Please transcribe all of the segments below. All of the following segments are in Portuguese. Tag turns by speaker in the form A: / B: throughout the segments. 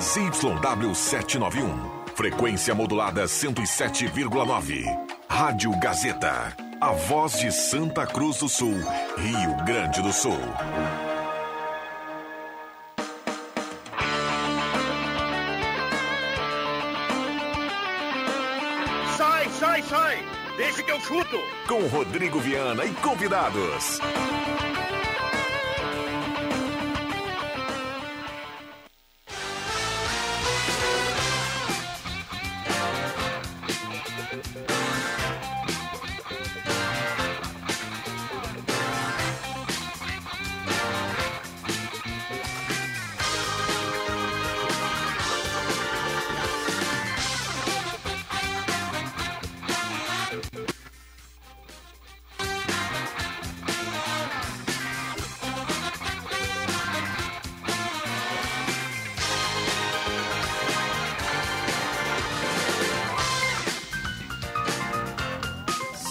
A: ZYW 791. Frequência modulada 107,9. Rádio Gazeta. A voz de Santa Cruz do Sul, Rio Grande do Sul.
B: Sai, sai, sai! Deixa que eu chuto!
A: Com Rodrigo Viana e convidados.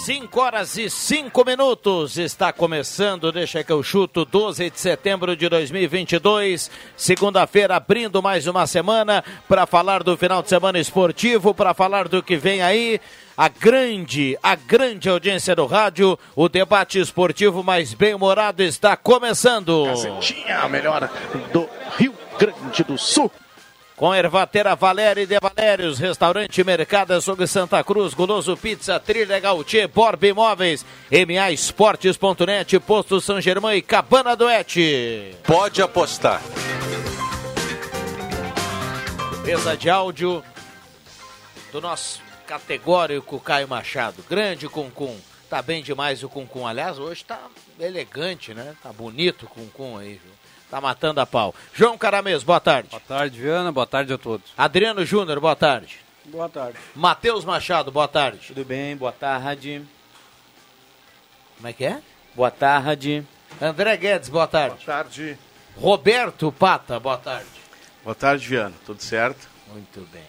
C: Cinco horas e cinco minutos está começando, deixa que eu chuto, 12 de setembro de 2022, segunda-feira, abrindo mais uma semana para falar do final de semana esportivo, para falar do que vem aí, a grande, a grande audiência do rádio, o debate esportivo mais bem-humorado está começando.
B: Gazetinha, a melhor do Rio Grande do Sul.
C: Com Ervatera Valéria e De Valérios, Restaurante Mercado sobre Santa Cruz, Guloso Pizza, Trilha Gautier, Borb Imóveis, MA Esportes.net, Posto São Germão e Cabana do Eti.
D: Pode apostar.
C: Mesa de áudio do nosso categórico Caio Machado. Grande Cuncum. Tá bem demais o Cuncum. Aliás, hoje tá elegante, né? Tá bonito o Cuncum aí, viu? Tá matando a pau. João Caramês, boa tarde.
E: Boa tarde, Viana. Boa tarde a todos.
C: Adriano Júnior, boa tarde.
F: Boa tarde.
C: Matheus Machado, boa tarde.
F: Tudo bem? Boa tarde.
C: Como é que é?
F: Boa tarde.
C: André Guedes, boa tarde.
G: tarde.
C: Roberto Pata, boa tarde.
G: Boa tarde, Viana. Tudo certo?
C: Muito bem.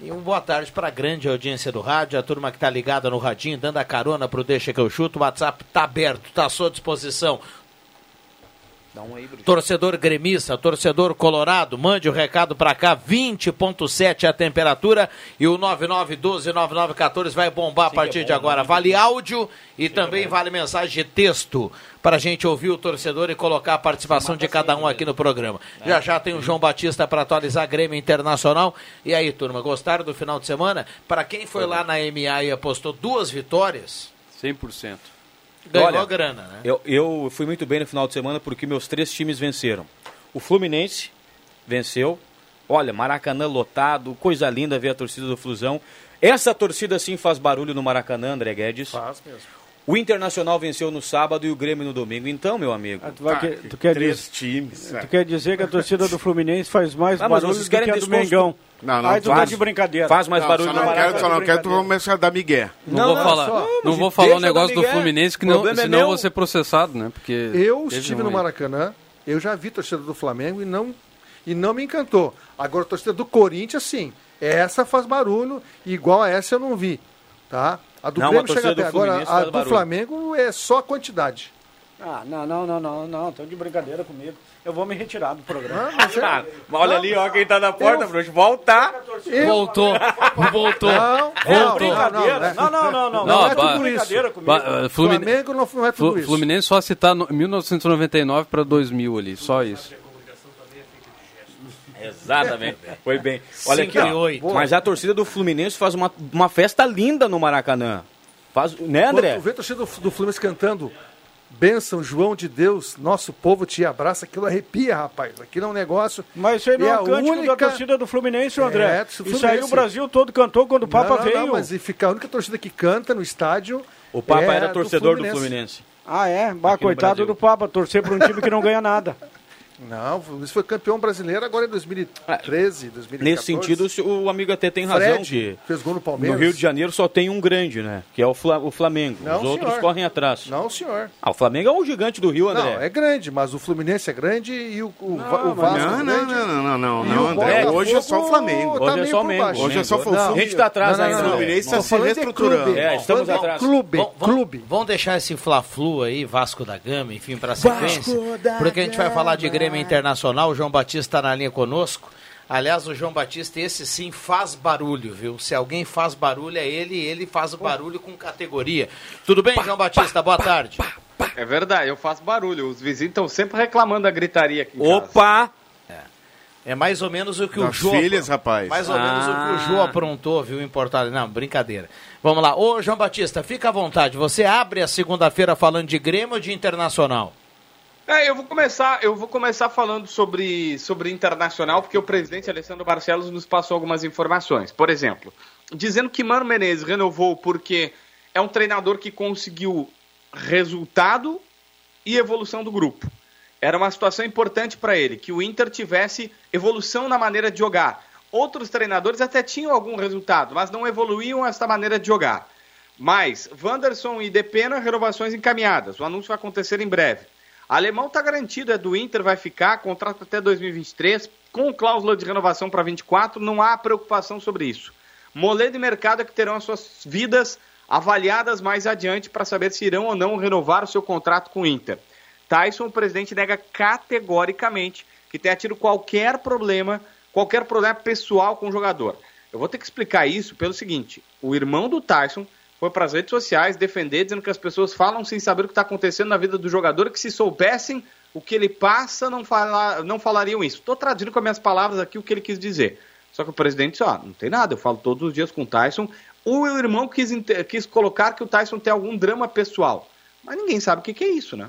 C: E um boa tarde para a grande audiência do rádio, a turma que está ligada no radinho, dando a carona pro Deixa que eu chuto. O WhatsApp tá aberto, tá à sua disposição.
F: Dá um aí, Bruno.
C: Torcedor gremista, torcedor colorado, mande o recado para cá, 20.7 é a temperatura e o 99129914 vai bombar a partir de agora. Vale áudio e também vale mensagem de texto para a gente ouvir o torcedor e colocar a participação de cada um aqui no programa. Já já tem o João Batista para atualizar a Grêmio Internacional. E aí, turma, gostaram do final de semana? Para quem foi lá na MA e apostou duas vitórias,
E: 100%.
C: ganhou
D: Olha,
C: grana, né?
D: Eu, eu fui muito bem no final de semana porque meus três times venceram. O Fluminense venceu. Olha, Maracanã lotado, coisa linda ver a torcida do Flusão. Essa torcida sim faz barulho no Maracanã, André Guedes.
G: Faz mesmo.
D: O Internacional venceu no sábado e o Grêmio no domingo. Então, meu amigo.
H: Ah, tu, vai que- tu quer
G: Três
H: dizer,
G: times. né?
H: tu quer dizer que a torcida do Fluminense faz mais
D: Ah, mas
H: barulho
D: vocês
H: do que
D: querem
H: a do
D: desconstru-
H: Mengão?
G: Não, não,
H: Aí tu tá
D: faz-
H: de brincadeira.
D: Faz mais
G: Não,
D: barulho
G: só
D: no
G: não
D: Maracanã.
G: quero, só não quero tu começar a dar migué.
E: Não, vou falar, não,
D: mas
E: vou
D: de-
E: falar o
D: deixa
E: negócio
D: da
E: do
D: Miguel.
E: Fluminense, que
D: O
E: não,
D: problema é
E: senão
D: meu.
E: eu vou ser processado, né? Porque
I: Eu
E: teve
I: estive
E: um
I: no
E: aí.
I: Maracanã, eu já vi torcida do Flamengo e não, e não me encantou. Agora, a torcida do Corinthians, sim. Essa faz barulho, igual a essa eu não vi. Tá? A do
D: Não, a
I: Grêmio
D: torcida
I: chega
D: do
I: até agora,
D: Fluminense
I: a
D: faz
I: do
D: barulho.
I: Flamengo é só quantidade.
H: Ah, não, não, não, não, não. Estão de brincadeira comigo. Eu vou me retirar do programa.
I: Ah, mas é-
D: Ah, mas olha ali, ó, quem tá na porta, Bruxo. Volta!
I: eu-
C: Voltou, voltou. Voltou.
I: Não, não, não, não,
H: Brincadeira?
I: né?
H: Não, não, não, não.
E: Não,
H: é
E: ba-
H: tudo brincadeira comigo.
E: Ba- ah, Flumin-
I: Flamengo não, não é tudo
E: Flu-
I: isso.
E: Fluminense só citar no- 1999 para 2000 ali, só isso.
D: Exatamente. Foi bem. Olha
C: Cinco
D: aqui,
C: e
D: ó.
C: oito.
D: Mas a torcida do Fluminense faz uma, uma festa linda no Maracanã. Faz, né, André?
I: Quando tu vê a torcida do, do Fluminense cantando Bênção, João de Deus, nosso povo te abraça, aquilo arrepia, rapaz. Aquilo é um negócio.
H: Mas isso aí não
I: E
H: é
I: a
H: o cântico
I: única-
H: da torcida do Fluminense, André.
I: É, do
H: Isso aí
I: Fluminense.
H: o Brasil todo cantou quando o Papa
I: Não, não,
H: veio.
I: Não, mas e fica a única torcida que canta no estádio.
D: O Papa
I: é
D: era torcedor do Fluminense.
H: Ah, é? Bah,
D: no
H: coitado
D: Brasil.
H: do Papa, torcer para um time que não ganha nada.
I: Não, o Fluminense foi campeão brasileiro agora em 2013, 2014.
D: Ah, Nesse sentido, o se- o amigo até tem
I: Fred
D: razão de.
I: fez gol
D: No
I: no Palmeiras.
D: Rio de Janeiro só tem um grande, né? Que é o, Fla- o Flamengo.
I: Não,
D: Os outros
I: senhor.
D: correm atrás.
I: Não, senhor.
D: Ah, o Flamengo é um gigante do Rio, André.
I: Não, é grande, mas o Fluminense é grande e o, o, Va- o Vasco é
G: Não, não,
I: grande.
G: não, não, não, não,
I: E o
G: não, André.
I: Botafogo
G: Hoje é só o Flamengo.
I: tá
D: Hoje é
I: meio
D: só o
I: por
D: Mengo.
I: baixo.
G: Hoje é só o
I: Não,
D: A
G: Flamengo.
D: gente tá atrás
I: Não, não,
D: ainda.
G: O
I: não, não.
D: André.
G: Fluminense
I: Não,
G: está se
I: falando de
G: reestruturando.
I: clube.
D: É, estamos
I: Não,
D: atrás.
I: Clube,
C: Vamos- vamos-
I: clube.
C: Vamos deixar esse Fla-Flu aí, Vasco da Gama, enfim, para sequência. Porque a gente vai falar de Grêmio Internacional, o João Batista está na tá linha conosco. Aliás, o João Batista, esse sim faz barulho, viu? Se alguém faz barulho, é ele, e ele faz o barulho com categoria. Tudo bem, João Batista? Boa tarde.
D: É verdade, eu faço barulho. Os vizinhos estão sempre reclamando da gritaria aqui. em casa.
B: Opa!
C: É mais ou menos o que o
G: Das
C: Jô.
G: filhas,
C: apron-
G: rapaz.
C: Mais ou menos o que o Jô aprontou, viu, em Porto Alegre. Não, brincadeira. Vamos lá. Ô, João Batista, fica à vontade. Você abre a segunda-feira falando de Grêmio ou de Internacional?
D: É, eu vou começar, eu vou começar falando sobre, sobre internacional, porque o presidente Alessandro Barcelos nos passou algumas informações. Por exemplo, dizendo que Mano Menezes renovou porque é um treinador que conseguiu resultado e evolução do grupo. Era uma situação importante para ele, que o Inter tivesse evolução na maneira de jogar. Outros treinadores até tinham algum resultado, mas não evoluíam esta maneira de jogar. Mas Wanderson e Depena, renovações encaminhadas. O anúncio vai acontecer em breve. Alemão está garantido, é do Inter, vai ficar, contrato até 2023, com cláusula de renovação para 24, não há preocupação sobre isso. Moledo e Mercado é que terão as suas vidas avaliadas mais adiante para saber se irão ou não renovar o seu contrato com o Inter. Tyson, o presidente, nega categoricamente que tenha tido qualquer problema, qualquer problema pessoal com o jogador. Eu vou ter que explicar isso pelo seguinte: o irmão do Tyson foi para as redes sociais defender, dizendo que as pessoas falam sem saber o que está acontecendo na vida do jogador, e que se soubessem o que ele passa, não, fala, não falariam isso. Estou traduzindo com as minhas palavras aqui o que ele quis dizer. Só que o presidente disse, ó, não tem nada, eu falo todos os dias com o Tyson. O meu irmão quis, inte- quis colocar que o Tyson tem algum drama pessoal. Mas ninguém sabe o que, que é isso, né?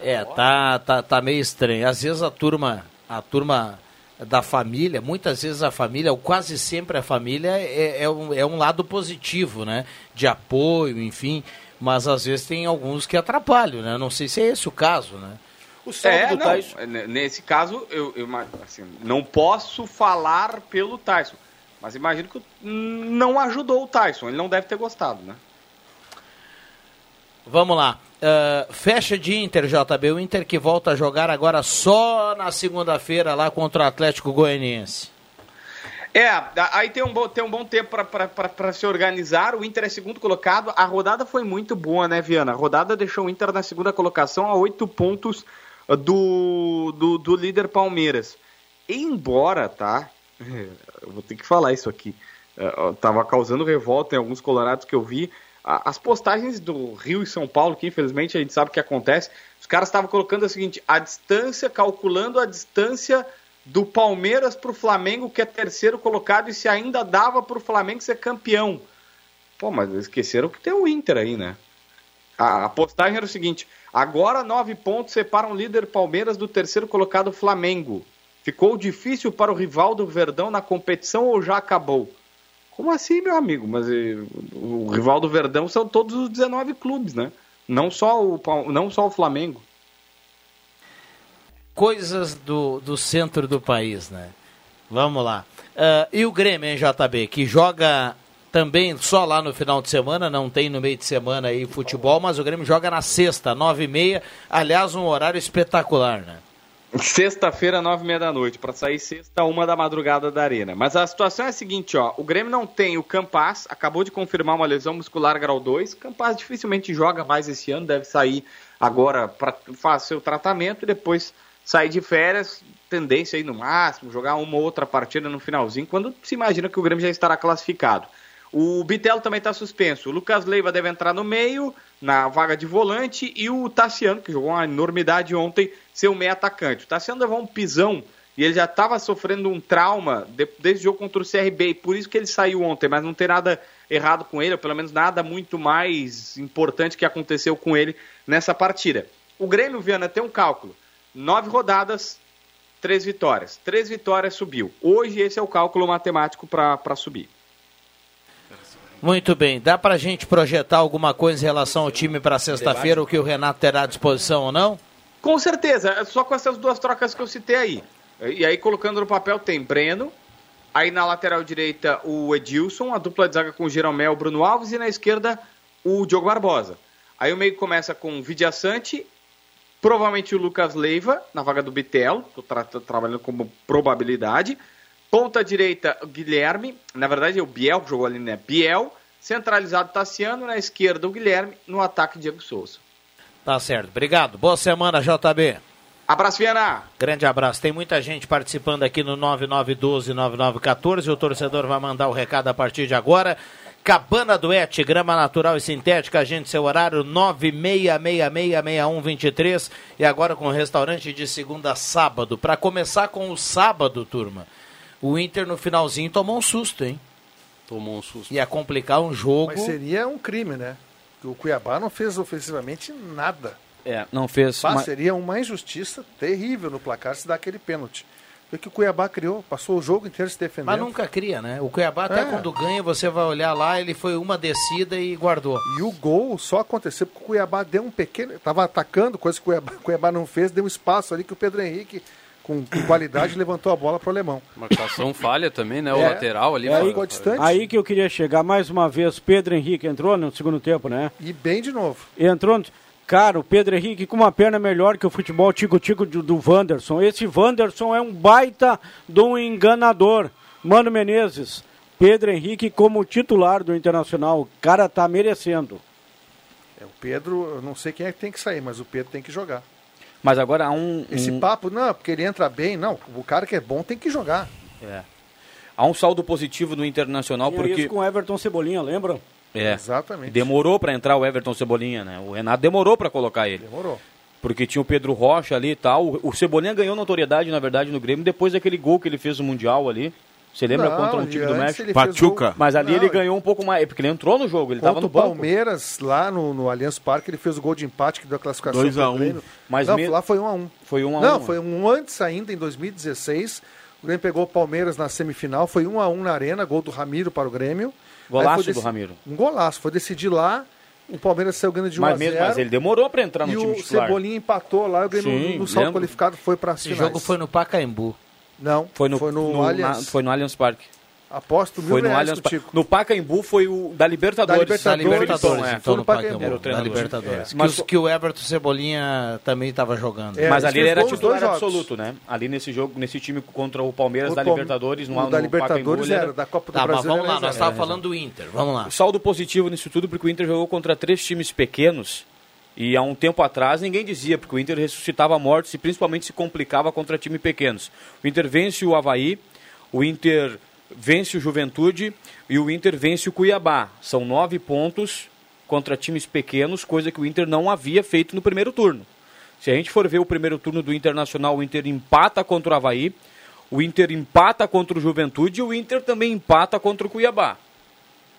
C: É, tá, tá, tá meio estranho. Às vezes a turma, a turma da família, muitas vezes a família, ou quase sempre a família, é, é, um, é um lado positivo, né? De apoio, enfim. Mas às vezes tem alguns que atrapalham, né? Não sei se é esse o caso, né?
B: O saldo
D: É,
B: do Tyson.
D: não, n- nesse caso, eu, eu ima- assim, não posso falar pelo Tyson. Mas imagino que hum, não ajudou o Tyson, ele não deve ter gostado, né?
C: Vamos lá. Ah, fecha de Inter, JB. O Inter que volta a jogar agora só na segunda-feira lá contra o Atlético Goianiense.
D: É, a- aí tem um bom, tem um bom tempo para se organizar. O Inter é segundo colocado. A rodada foi muito boa, né, Viana? A rodada deixou o Inter na segunda colocação a oito pontos ah, do, do, do líder Palmeiras. Embora, tá? Eu vou ter que falar isso aqui. Eh, ó, Tava causando revolta em alguns colorados que eu vi. A- As postagens do Rio e São Paulo, que infelizmente a gente sabe o que acontece, os caras estavam colocando o seguinte: a distância, calculando a distância do Palmeiras pro Flamengo, que é terceiro colocado, e se ainda dava pro Flamengo ser campeão. Pô, mas esqueceram que tem o Inter aí, né? A, a postagem era o seguinte: agora nove pontos separam o líder Palmeiras do terceiro colocado Flamengo. Ficou difícil para o rival do Verdão na competição ou já acabou? Como assim, meu amigo? Mas eh, o rival do Verdão são todos os 19 clubes, né? Não só o, Pal- não só o Flamengo.
C: coisas do, do centro do país, né? Vamos lá. Ah, e o Grêmio, hein, JB, que joga também só lá no final de semana, não tem no meio de semana aí futebol, mas o Grêmio joga na sexta, nove e meia, aliás, um horário espetacular, né?
D: Sexta-feira, nove e meia da noite, para sair sexta, uma da madrugada da arena. Mas a situação é a seguinte, ó. O Grêmio não tem o Campaz, acabou de confirmar uma lesão muscular grau 2. Campaz dificilmente joga mais esse ano, deve sair agora para fazer seu tratamento e depois sair de férias. Tendência aí no máximo, jogar uma ou outra partida no finalzinho, quando se imagina que o Grêmio já estará classificado. O Bitelo também está suspenso. O Lucas Leiva deve entrar no meio, na vaga de volante, e o Tassiano, que jogou uma enormidade ontem, ser o meio atacante. O Tassiano levou um pisão e ele já estava sofrendo um trauma de- desde o jogo contra o CRB, e por isso que ele saiu ontem, mas não tem nada errado com ele, ou pelo menos nada muito mais importante que aconteceu com ele nessa partida. O Grêmio, Viana, tem um cálculo. Nove rodadas, três vitórias. Três vitórias subiu. Hoje esse é o cálculo matemático para subir.
C: Muito bem, dá pra gente projetar alguma coisa em relação ao time para sexta-feira, o que o Renato terá à disposição ou não?
D: Com certeza, é só com essas duas trocas que eu citei aí. E aí, colocando no papel, tem Breno, aí na lateral direita o Edilson, a dupla de zaga com o Jeromel, Bruno Alves, e na esquerda o Diogo Barbosa. Aí o meio começa com o Vidia Sante, provavelmente o Lucas Leiva, na vaga do Bitelo, tô, tra- tô trabalhando como probabilidade. Ponta direita, o Guilherme, na verdade é o Biel, que jogou ali, né? Biel, centralizado Tassiano, na esquerda o Guilherme, no ataque Diego Souza.
C: Tá certo, obrigado. Boa semana, JB.
D: Abraço, Viana!
C: Grande abraço. Tem muita gente participando aqui no 9912-9914. O torcedor vai mandar o recado a partir de agora. Cabana Duete, grama natural e sintética, agende seu horário 96666123 e agora com restaurante de segunda a sábado. Para começar com o sábado, turma, o Inter no finalzinho tomou um susto, hein?
E: Tomou um susto.
C: Ia complicar um jogo.
I: Mas seria um crime, né? Que o Cuiabá não fez ofensivamente nada.
B: É, não fez.
I: Bah,
B: ma-
I: Seria uma injustiça terrível no placar se dar aquele pênalti. Foi o que o Cuiabá criou, passou o jogo inteiro se defendendo.
C: Mas nunca cria, né? O Cuiabá até
I: É.
C: quando ganha, você vai olhar lá, ele foi uma descida e guardou.
I: E o gol só aconteceu porque o Cuiabá deu um pequeno. Estava atacando, coisa que o Cuiabá, o Cuiabá não fez, deu um espaço ali que o Pedro Henrique, com, com qualidade, levantou a bola para o alemão.
E: Marcação falha também, né? O
I: É.
E: lateral ali.
I: É,
E: foi-
I: ficou distante.
H: Aí que eu queria chegar mais uma vez. Pedro Henrique entrou no segundo tempo, né?
I: E bem de novo.
H: Entrou. no- Cara, o Pedro Henrique com uma perna melhor que o futebol tico-tico do, do Wanderson. Esse Wanderson é um baita de um enganador. Mano Menezes, Pedro Henrique como titular do Internacional. O cara tá merecendo.
I: É, o Pedro, eu não sei quem é que tem que sair, mas o Pedro tem que jogar.
B: Mas agora há um,
I: Esse
B: um,
I: papo, não, porque ele entra bem, não. O cara que é bom tem que jogar.
B: há um saldo positivo no Internacional,
H: Tinha
B: porque.
H: é isso com o Everton Cebolinha, lembram?
B: É,
I: Exatamente.
B: demorou para entrar o Everton Cebolinha, né? O Renato demorou para colocar ele.
I: Demorou.
B: Porque tinha o Pedro Rocha ali e tal. O- O Cebolinha ganhou notoriedade, na verdade, no Grêmio depois daquele gol que ele fez no Mundial ali. Você lembra
I: Não,
B: contra um
I: e
B: time do
I: antes
B: México?
I: ele fez
A: Pachuca.
I: gol-
B: Mas ali
I: Não,
B: ele ganhou um pouco mais. é Porque ele entrou no jogo, ele tava
I: Contra
B: no
I: o
B: banco.
I: Palmeiras, lá no, no Allianz Parque, ele fez o gol de empate que deu a classificação.
G: 2 a
I: pro
G: um.
I: Grêmio.
B: Mas
I: não,
B: me-
I: lá foi 1 a 1
B: Foi um a
I: Não,
B: um,
I: foi um antes ainda, em 2016. O Grêmio pegou o Palmeiras na semifinal, foi 1 a 1 na arena, gol do Ramiro para o Grêmio.
B: Golaço
I: Aí foi
B: do Ramiro.
I: Um golaço, foi decidir lá, o Palmeiras saiu ganhando de 1 a
B: Mas
I: 0
B: mesmo, assim, mas ele demorou para entrar no
I: E
B: time
I: o
B: titular.
I: Cebolinha empatou lá, o Grêmio
B: Sim,
I: no- no saldo
B: lembro.
I: qualificado foi para as
C: Esse
I: finais.
C: jogo foi no Pacaembu.
I: Não,
B: Foi no, no-
I: Allianz.
B: na- foi no Allianz Parque.
I: Aposto mil
B: Foi no
I: reais
B: Allianz Parque.
I: contigo.
B: No Pacaembu foi o da Libertadores.
I: Da
C: Da
I: Libertadores,
C: Libertadores,
B: Então, é.
C: então,
I: Foi no
C: no Pacaembu.
I: Pacaembu.
B: Era o
C: Da
B: treinador. É.
C: Libertadores.
B: Mas-
C: Que, os- que o Everton Cebolinha também estava jogando.
I: É,
B: Mas
I: ele
B: ali ele
I: fez
B: era
I: gol nos
B: titular
I: dois jogos.
B: absoluto, né? Ali nesse jogo, nesse time contra o Palmeiras
I: O
B: da
I: Palme-
B: Libertadores, no,
I: o da
B: no Pacaembu,
I: Libertadores
B: ele
I: era, da Copa do
C: Tá, mas
I: Brasil.
C: vamos
I: era
C: lá, nós
I: zero.
C: estávamos falando do Inter. Vamos lá.
B: O saldo positivo nisso tudo porque o Inter jogou contra três times pequenos e há um tempo atrás ninguém dizia, porque o Inter ressuscitava mortes e principalmente se complicava contra times pequenos. O Inter vence o Havaí, o Inter vence o Juventude e o Inter vence o Cuiabá. São nove pontos contra times pequenos, coisa que o Inter não havia feito no primeiro turno. Se a gente for ver o primeiro turno do Internacional, o Inter empata contra o Havaí, o Inter empata contra o Juventude e o Inter também empata contra o Cuiabá.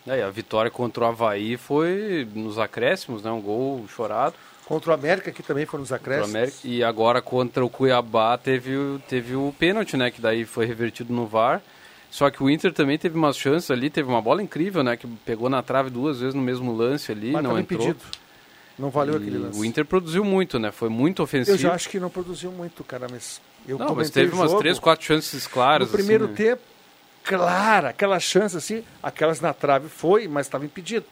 E: Aí, a vitória contra o Havaí foi nos acréscimos, né? Um gol chorado.
I: Contra o América, que também foi nos
E: pro
I: acréscimos.
E: América. E agora contra o Cuiabá teve, o- teve o pênalti, né? Que daí foi revertido no VAR. Só que o Inter também teve umas chances ali, teve uma bola incrível, né? Que pegou na trave duas vezes no mesmo lance ali,
I: Mas
E: não
I: estava
E: entrou.
I: impedido. Não valeu
E: E
I: aquele lance.
E: o Inter produziu muito, né? Foi muito ofensivo.
I: Eu já acho que não produziu muito, cara, mas eu
E: Não, mas
I: comentei
E: teve
I: o
E: umas
I: jogo,
E: três, quatro chances claras.
I: No primeiro
E: assim, né?
I: tempo, clara, aquela chance assim, aquelas na trave foi, mas estava impedido.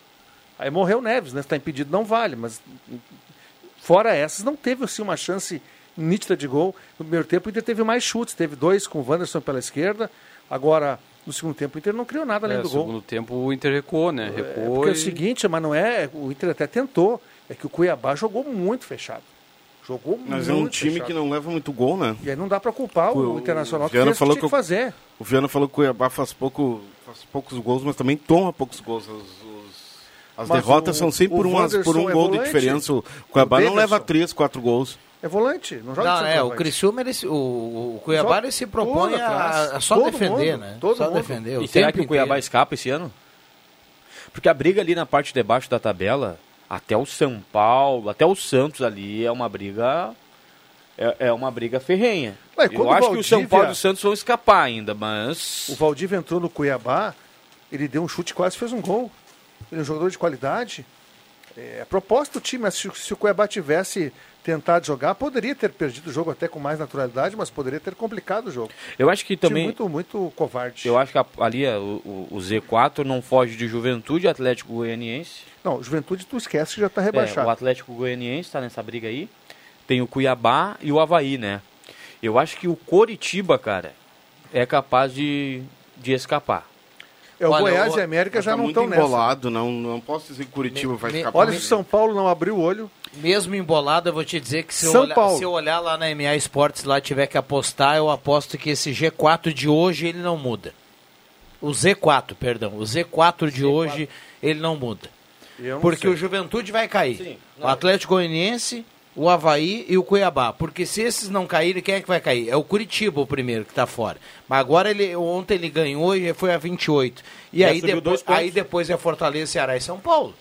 I: Aí morreu o Neves, né? Está impedido, não vale, mas fora essas, não teve assim uma chance nítida de gol. No primeiro tempo, o Inter teve mais chutes, teve dois com o Wanderson pela esquerda. Agora, no segundo tempo, o Inter não criou nada além
E: É,
I: né, do gol.
E: segundo tempo o Inter recuou, né?
I: É
E: Recuou.
I: porque é
E: e-
I: o seguinte, mas não é. O Inter até tentou. É que o Cuiabá jogou muito fechado. Jogou
G: Mas é
I: muito.
G: um time
I: fechado.
G: que não leva muito gol, né?
I: E aí não dá pra culpar o,
G: O-
I: Internacional
G: o
I: que fez
G: Viana
I: o que
G: falou
I: tinha
G: que
I: que
G: o-
I: fazer.
G: O Viana falou que o Cuiabá faz, pouco, faz poucos gols, mas também toma poucos gols. Os- os- as
I: Mas
G: derrotas
I: o-
G: são sempre por,
I: o
G: umas- por um
I: Wanderson é
G: gol de
I: volante?
G: diferença. O Cuiabá não
I: Davidson.
G: leva três, quatro gols.
I: É volante, não joga de
C: Não, é, o
I: centroavante.
C: Criciúma, ele, se- o, o Cuiabá,
I: Joga
C: ele se propõe
I: todo atrás,
C: a, a só
I: todo
C: defender,
I: mundo,
C: né?
I: todo
C: só
I: mundo.
C: defender.
B: E será que o
C: tempo
B: Cuiabá
C: inteiro.
B: escapa esse ano? Porque a briga ali na parte de baixo da tabela, até o São Paulo, até o Santos ali, é uma briga. É, é uma briga ferrenha.
I: Ué, quando
B: Eu
I: o
B: acho que o São
I: Valdívia-
B: Paulo e o Santos vão escapar ainda,
I: O
B: mas.
I: Valdívia entrou no Cuiabá, ele deu um chute e quase fez um gol. Ele é um jogador de qualidade. É, a proposta do time, mas se, se o Cuiabá tivesse tentado jogar, poderia ter perdido o jogo até com mais naturalidade, mas poderia ter complicado o jogo.
B: Eu acho que
I: Time
B: também.
I: muito, muito covarde.
B: Eu acho que a- ali é, o, o- o Z4 não foge de Juventude e Atlético Goianiense.
I: Não, Juventude tu esquece que já tá
B: É,
I: rebaixado.
B: o Atlético Goianiense está nessa briga aí. Tem o Cuiabá e o Havaí, né? Eu acho que o Coritiba, cara, é capaz de, de escapar.
I: É, o
G: Olha,
I: Goiás
G: o-
I: e a América
G: mas
I: já
G: tá
I: não
G: muito
I: estão nessa.
G: embolado, Tá não, não posso dizer que Curitiba vai ficar
I: Olha,
G: bem.
I: se o São Paulo não abrir o olho.
C: Mesmo embolado, eu vou te dizer que se, eu
I: São
C: olhar,
I: Paulo.
C: se eu olhar lá na MA Esportes, lá tiver que apostar, eu aposto que esse G4 de hoje ele não muda. O Z4, perdão. O Z4 de hoje ele não muda. Porque o Juventude vai cair. o Atlético Goianiense, o Havaí e o Cuiabá. Porque se esses não caírem, quem é que vai cair? É o Curitiba o primeiro que está fora. Mas agora ele ontem ele ganhou e foi a 28. E,
I: Já
C: aí,
I: subiu
C: depois,
I: dois pontos.
C: aí depois é Fortaleza, Ceará e São Paulo.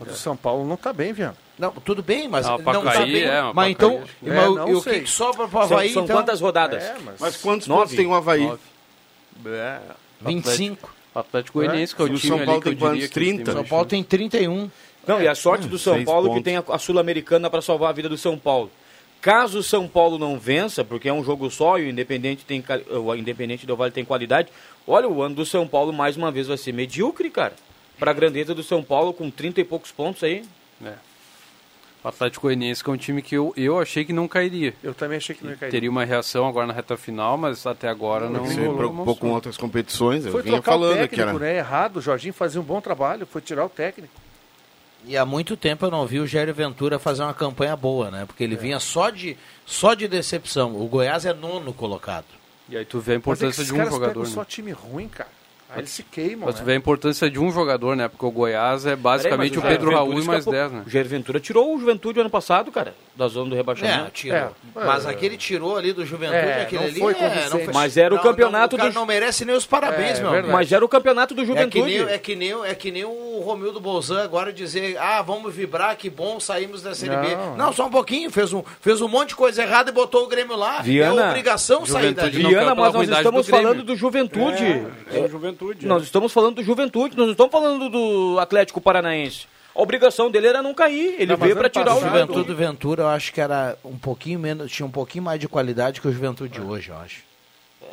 I: Mas o São Paulo não está bem, Viana.
C: Não, tudo bem, mas
I: Ah,
C: não,
I: pra
C: tá
I: cair,
C: bem.
I: é, pra
C: mas então,
I: cair, acho que-
C: mas
I: É,
C: o-
I: não
C: e o
I: sei.
C: que que sobra pro
B: São-
C: Havaí?
B: são
C: então?
B: quantas rodadas?
I: É,
G: mas... quantos pontos tem o Havaí? É.
C: 25.
E: Atlético Goianiense, que é
G: E
E: o time
G: São
E: ali
G: Paulo
E: que eu
G: tem quantos?
E: diria que tem
G: 30?
C: São Paulo tem 31.
B: Não, e a sorte do São
G: seis
B: Paulo que
G: pontos.
B: tem a, a Sul-Americana para salvar a vida do São Paulo. Caso o São Paulo não vença, porque é um jogo só e o Independente, tem, quali- o Independente Del Vale tem qualidade, olha, o ano do São Paulo mais uma vez vai ser medíocre, cara. Para a grandeza do São Paulo com 30 e poucos pontos aí.
E: É. O Atlético Goianiense que é um time que eu, eu achei que não cairia.
I: Eu também achei que não ia cair.
E: Teria uma reação agora na reta final, mas até agora não.
G: Você me preocupou com outras competições, eu
I: Foi
G: vinha
I: trocar o
G: falando
I: técnico,
G: que era...
I: né? Errado. O Jorginho fazia um bom trabalho, foi tirar o técnico.
C: E há muito tempo eu não vi o Jair Ventura fazer uma campanha boa, né? Porque
I: É.
C: ele vinha só de, só de decepção. O Goiás é nono colocado.
E: E aí tu vê a
I: Mas é que
E: importância
I: esses
E: de um
I: caras
E: jogador.
I: pegam
E: Né?
I: só time ruim, cara. Aí eles se queimam,
E: Mas tu
I: né?
E: vê a importância de um jogador, né? Porque o Goiás é basicamente
B: Peraí, mas
E: o Pedro
B: Jair
E: Raul e
B: Ventura
E: mais
B: escapou.
E: 10, né?
B: O Jair Ventura tirou o Juventude ano passado, cara, da zona do rebaixamento.
C: É, tirou.
I: É.
C: Mas aquele tirou ali do Juventude,
I: É,
C: aquele
I: não
C: ali.
I: foi
C: é,
I: convincente.
B: Mas era o campeonato
C: não, o cara
B: do-
C: não merece nem os parabéns,
I: É,
C: meu
I: verdade.
C: amigo.
B: Mas era o campeonato do
C: É que,
B: Juventude.
C: nem, é, que nem, é que nem o Romildo Bolzan agora dizer, ah, vamos vibrar, que bom, saímos da Série B.
I: Não.
C: Não, só um pouquinho, fez um, fez um monte de coisa errada e botou o Grêmio lá. é
B: Viana,
C: obrigação sair
E: Juventude
C: dali.
E: não
B: Viana,
E: caiu pela
B: mas nós
E: ruindade
B: estamos
E: do Grêmio.
B: falando do Juventude.
H: É, o Juventude.
B: Nós estamos falando do Juventude, nós não estamos falando do Atlético Paranaense. A obrigação dele era não cair, ele
I: Não, mas
B: veio
I: ano
B: para tirar o
I: passado-
B: Juventude.
C: Juventude Ventura, eu acho que era um pouquinho menos, tinha um pouquinho mais de qualidade que o Juventude de hoje, eu acho.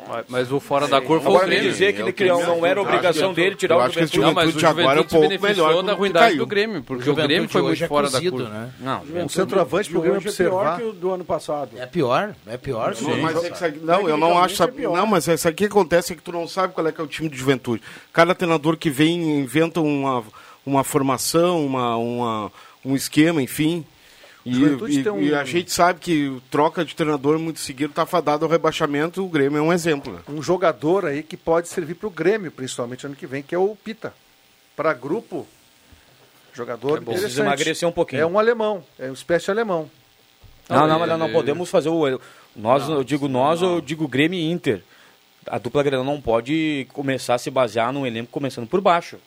E: Mas- Mas o fora da cor foi o
B: Agora me
E: Grêmio.
B: dizer que
G: É
B: ele
G: o
B: criou,
G: Grêmio.
B: não era
G: Eu acho
B: obrigação
G: que o-
B: dele tirar o
G: eu acho que
B: Juventude.
G: esse
E: Não, mas o
G: Juventude de agora é um
E: Juventude
G: pouco
E: se
G: melhor
E: beneficiou
G: que
E: da
G: o que
E: ruindade
G: caiu.
E: do Grêmio, porque o
C: Juventude
E: Grêmio foi
C: hoje
E: muito
C: é
E: fora da
C: cozido,
E: curva.
C: né?
B: Não,
I: Um centroavante pro Grêmio
H: hoje é pior
I: observar.
H: que o do ano passado.
C: É pior, é pior.
G: Não,
C: sim.
G: mas é que isso aqui- não, eu não
I: é
G: acho. sabe- não, mas isso aqui que acontece é que tu não sabe qual é que é o time de juventude. Cada treinador que vem inventa uma, uma formação, uma, uma- um esquema, enfim. E,
I: Juventude
G: e-
I: tem um-
G: e a gente sabe que troca de treinador muito seguido tá fadado ao rebaixamento. O Grêmio é um exemplo. né?
I: um jogador aí que pode servir para o Grêmio, principalmente ano que vem, que é o Pita. Para grupo, jogador
B: bom.
I: interessante.
B: Precisa emagrecer um pouquinho.
I: É um alemão, é uma espécie alemão.
B: não, não,
E: ele-
B: não, não
E: ele-
B: podemos fazer o. Nós, eu digo nós, eu digo Grêmio e Inter. A dupla Grenal não pode começar a se basear num elenco começando por baixo.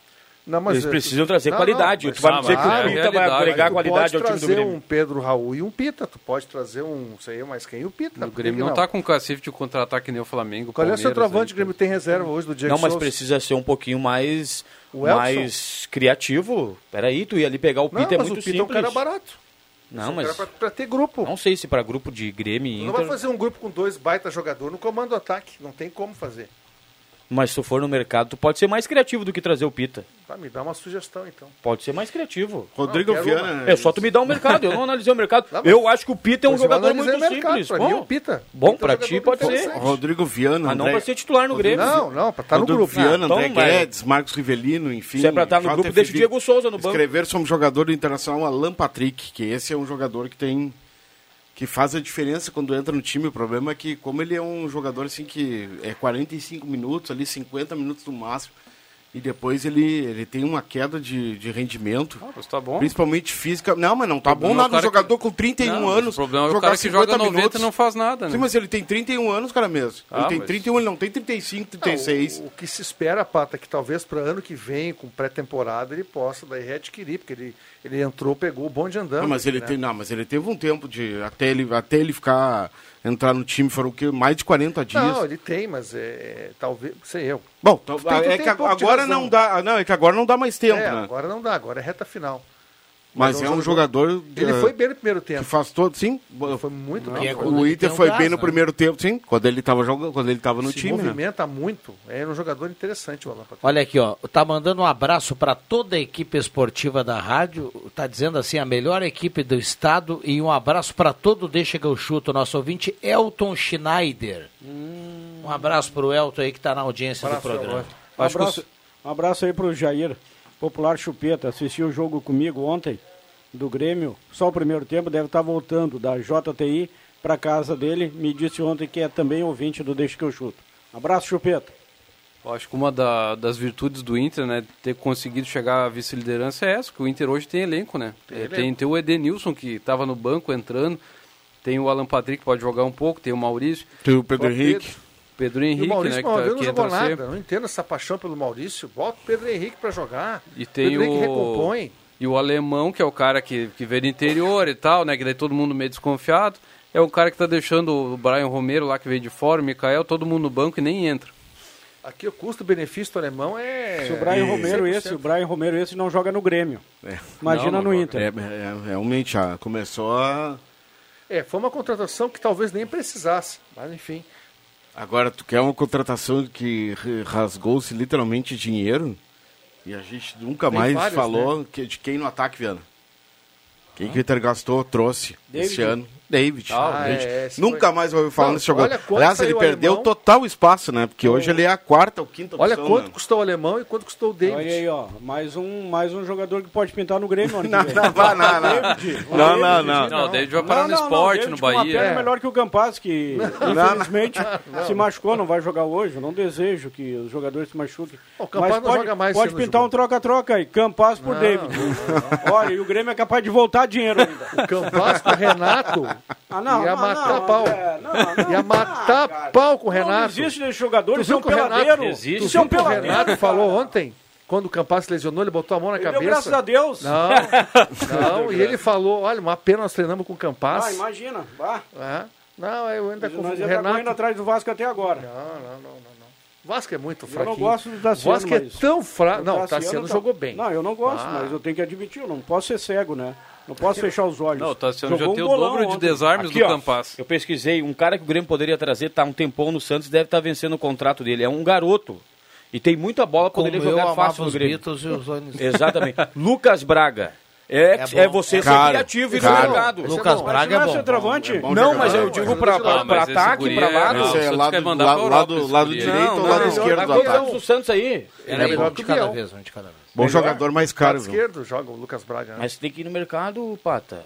I: Não, mas
B: Eles
I: é-
B: precisam trazer
I: Não, tá,
B: qualidade.
I: não,
B: tu vai me
E: mas-
B: dizer que
E: Ah,
B: o Pita vai
E: realidade.
B: agregar
E: Tu
B: qualidade ao
I: é pode
B: time do
I: trazer
B: Grêmio.
I: um Pedro Raul e um Pita. Tu pode trazer um, sei eu, mas quem e o
E: O
I: Pita. Por que
E: Grêmio
I: que
E: não tá com o cacife de contratar que nem o Flamengo.
I: Qual é o
E: Palmeiras
I: centroavante
E: aí,
I: que o Grêmio tem reserva hoje do Diego
B: Não, mas
I: Souza?
B: precisa ser um pouquinho mais,
I: O Elson?
B: mais criativo. Peraí, tu ia ali pegar o
I: Não,
B: Pita é
I: mas
B: muito
I: o Pita
B: simples.
I: é um cara barato.
B: Não,
I: É um cara
B: mas
I: pra, pra ter grupo.
B: não sei se para grupo de Grêmio
I: Tu
B: e
I: não vai
B: Inter,
I: fazer um grupo com dois baita jogador no comando ataque. Não tem como fazer.
B: mas se tu for no mercado, tu pode ser mais criativo do que trazer o Pita.
I: Tá, me dá uma sugestão, então.
B: Pode ser mais criativo.
G: Rodrigo
I: quero
G: Viana.
B: É só tu me dar o mercado, eu não analisei o mercado.
I: Tá bom.
B: Eu acho que o Pita é um
I: Você vai
B: jogador muito
I: analisar o mercado,
B: simples.
I: pra
B: Bom,
I: mim é o Pita.
B: bom
I: Pita é
B: pra
I: um
B: ti
I: jogador
B: pode ser.
I: interessante.
G: Rodrigo Viana.
B: Mas Ah, não
G: André,
B: pra ser titular no Grêmio.
I: Não, não, pra tá no
G: Rodrigo
I: grupo.
G: Viana,
B: então
G: André
B: vai.
G: Guedes, Marcos Rivelino, enfim.
B: Se é pra estar no
G: JFV.
B: grupo, deixa o Diego Souza no banco.
G: Escrever sobre um jogador do internacional Alan Patrick, que esse é um jogador que tem que faz a diferença quando entra no time. O problema é que como ele é um jogador assim que é 45 minutos, ali 50 minutos no máximo, e depois ele, ele tem uma queda de, de rendimento.
E: né? Ah, mas tá bom.
G: Principalmente física. Não, mas não tá bom
E: problema é o
G: nada. Um
E: cara que-
G: jogador com 31
E: Não, mas
G: anos.
E: O problema é o
G: jogar
E: cara que joga
G: 50
E: 90
G: minutos.
E: e não faz nada, né?
G: Sim, mas ele tem 31 anos, cara mesmo.
E: Ah,
G: ele tem
E: mas-
G: 31, ele não tem 35,
I: Não,
G: 36.
I: O, o que se espera, Pata, é que talvez para ano que vem, com pré-temporada, ele possa daí readquirir, porque ele, ele entrou, pegou o bonde andando.
G: Não, mas
I: aqui,
G: ele
I: né?
G: tem, não, mas ele teve um tempo de até ele até ele ficar entrar no time foram o quê? Mais de 40 dias.
I: Não, ele tem, mas é, é, talvez, sei eu.
G: Bom,
I: Tu tem-
G: ah,
I: tu
G: é
I: tem
G: que
I: um pouco de
G: agora
I: razão.
G: não dá, ah, não, é que agora não dá mais tempo,
I: É,
G: né?
I: agora não dá, agora é reta final.
G: mas é um jogador
I: Ele
G: eh,
I: foi bem no primeiro tempo.
G: que faz todo, sim.
I: Ele Foi muito bem.
C: é
I: Foi-
C: quando
G: O
C: ele
G: Inter
C: tem um
G: foi
C: gás,
G: bem no
C: né?
G: primeiro tempo, sim, quando ele tava jogando, quando ele tava no
I: se
G: time, né?
I: movimenta muito. É um jogador interessante o Alan Patrick.
C: Olha aqui, ó. Tá mandando um abraço para toda a equipe esportiva da rádio. Tá dizendo assim, a melhor equipe do estado. E um abraço para todo o Deixa que eu chuto, nosso ouvinte, Elton Schneider. Um abraço pro Elton aí que tá na audiência do
I: Abraço,
C: programa.
I: Elton.
H: Um
E: Acho que
H: abraço, um abraço aí pro Jair, popular chupeta. Assistiu o jogo comigo ontem, do Grêmio. Só o primeiro tempo, deve estar voltando da JTI pra casa dele. Me disse ontem que é também ouvinte do Deixa que eu chuto. Abraço, chupeta.
E: Eu acho que uma da- das virtudes do Inter, né, ter conseguido chegar à vice-liderança é essa, que o Inter hoje tem elenco, né? É, Tem, tem, o Edenilson, que estava no banco entrando, tem o Alan Patrick, que pode jogar um pouco, tem o Maurício.
G: Tem o Pedro
E: Ó,
G: Henrique.
E: Pedro
I: E
E: Henrique,
I: o Maurício
E: né, que,
I: Maurício
E: tá,
I: não
E: que
I: jogou
E: entra
I: nada.
E: sempre.
I: Não entendo essa paixão pelo Maurício. Bota o Pedro Henrique pra jogar.
E: E tem
I: Pedro Henrique
E: o...
I: recompõe.
E: E o alemão, que é o cara que, que veio do interior e tal, né? Que daí todo mundo meio desconfiado. É o cara que tá deixando o Brian Romero lá, que veio de fora, o Mikael, todo mundo no banco e nem entra.
I: Aqui o custo-benefício do alemão é.
H: Se o Brian
I: é
H: Romero
I: 100%.
H: esse, o Brian Romero esse não joga no Grêmio. Imagina
E: É. Não,
H: no
E: não joga.
H: Inter.
G: É, é, realmente, ah, começou a.
I: É, foi uma contratação que talvez nem precisasse. Mas enfim.
G: Agora, tu quer uma contratação que re- rasgou-se literalmente dinheiro? E a gente nunca
I: Tem
G: mais
I: várias,
G: falou que- de quem no ataque, Viana. Quem que o Inter gastou, trouxe
H: David.
G: esse ano. David.
I: Ah,
G: A gente
I: é, esse
G: nunca
I: foi-
G: mais vai ouvir falar
I: Não,
G: nesse jogador.
I: olha quanto
G: Aliás, ele
I: saiu o
G: perdeu
I: alemão.
G: total espaço, né? Porque hoje ele é a quarta ou quinta
I: Olha
G: opção,
I: quanto
G: né?
I: custou o alemão e quanto custou o David.
H: Olha aí, ó. Mais um, mais um jogador que pode pintar no Grêmio. ano que
G: Não,
H: vem.
G: não, não, não, não.
H: David,
G: Não,
H: o David,
G: não, não.
E: Não, daí a gente vai parar no
H: não, não,
E: esporte,
H: David
E: no
H: com uma
E: Bahia. É.
H: perna melhor que o Campaz, que infelizmente se machucou, não vai jogar hoje. Eu não desejo que os jogadores se machuquem.
I: O Campaz
H: Mas
I: não
H: pode,
I: joga mais
H: Pode
I: sendo
H: pintar um troca-troca aí. Campaz por David. Olha, e o Grêmio é capaz de voltar dinheiro ainda.
I: O Campas com o Renato
H: Ah, não,
I: ia
H: não,
I: matar
H: não,
I: pau.
H: André, não, não,
I: ia matar pau com o Renato.
H: Não existe um desses jogadores, é um
I: Tu viu
H: são
I: que o Renato-
H: peladeiros.
I: Tu
H: São
I: viu que o
H: peladeiros,
I: Renato
H: cara.
I: falou ontem, quando o Campas se lesionou, ele botou a mão na
H: Ele deu
I: cabeça.
H: graças a Deus.
I: Não, não, e ele falou, olha, uma pena nós treinamos com o
H: Ah,
I: Campas.
H: imagina. Ah,
I: Ah, não, eu ainda com o
H: nós ia estar tá correndo
I: Renato.
H: atrás do Vasco até agora.
I: Não, não, não, não, não. Vasco é muito
H: Eu
I: fraquinho.
H: não gosto do Tassiano,
I: Vasco é
H: mas-
I: tão
B: Ah,
I: fraco. Não,
H: O
I: o Tassiano
H: tá-
I: jogou bem.
H: Não, eu não gosto,
I: Ah.
H: mas eu tenho que admitir, eu não posso ser cego, né? Não posso fechar os olhos.
E: Não, o Tassiano já
H: Jogou
E: tem
H: um
E: o
H: bolão
E: dobro de
H: ontem.
E: desarmes
B: Aqui,
E: do
B: ó,
E: Campas.
B: Eu pesquisei, um cara que o Grêmio poderia trazer, tá um tempão no Santos, deve estar vencendo o contrato dele. É um garoto. E tem muita bola,
C: Como
B: poderia
C: eu
B: jogar
C: amava
B: fácil no
C: os
B: Grêmio.
C: Beatles e os Rolling Stones.
B: Exatamente. Lucas Braga. É,
C: É bom.
B: é, você
G: Caro,
B: ser criativo e
G: caro.
B: no mercado.
C: Lucas
H: Mas
C: Braga
H: não
C: é
H: é
C: bom. é
H: centroavante?
G: bom
B: Não,
G: jogador,
B: mas eu
G: né?
B: digo pra, pra,
C: Ah,
E: mas esse
B: ataque,
E: guri
B: pra
E: é-
B: lado.
E: Não,
G: Esse é
E: o Santos
G: lado,
E: quer mandar pra
G: lado,
E: Europa
G: lado,
E: esse guri aí.
G: direito
B: Não,
G: ou
B: não,
G: lado
B: não,
G: esquerdo do
I: é
B: Quantos anos
G: ataque?
B: do Santos aí?
C: Era
I: Ele é
C: um
I: melhor
C: de
I: que o
C: cada
I: Biel.
C: vez, um de cada vez.
G: Bom jogador mais
I: Lado
G: caro, viu?
I: esquerdo joga o Lucas Braga. né?
B: Mas tem que ir no mercado, Pata.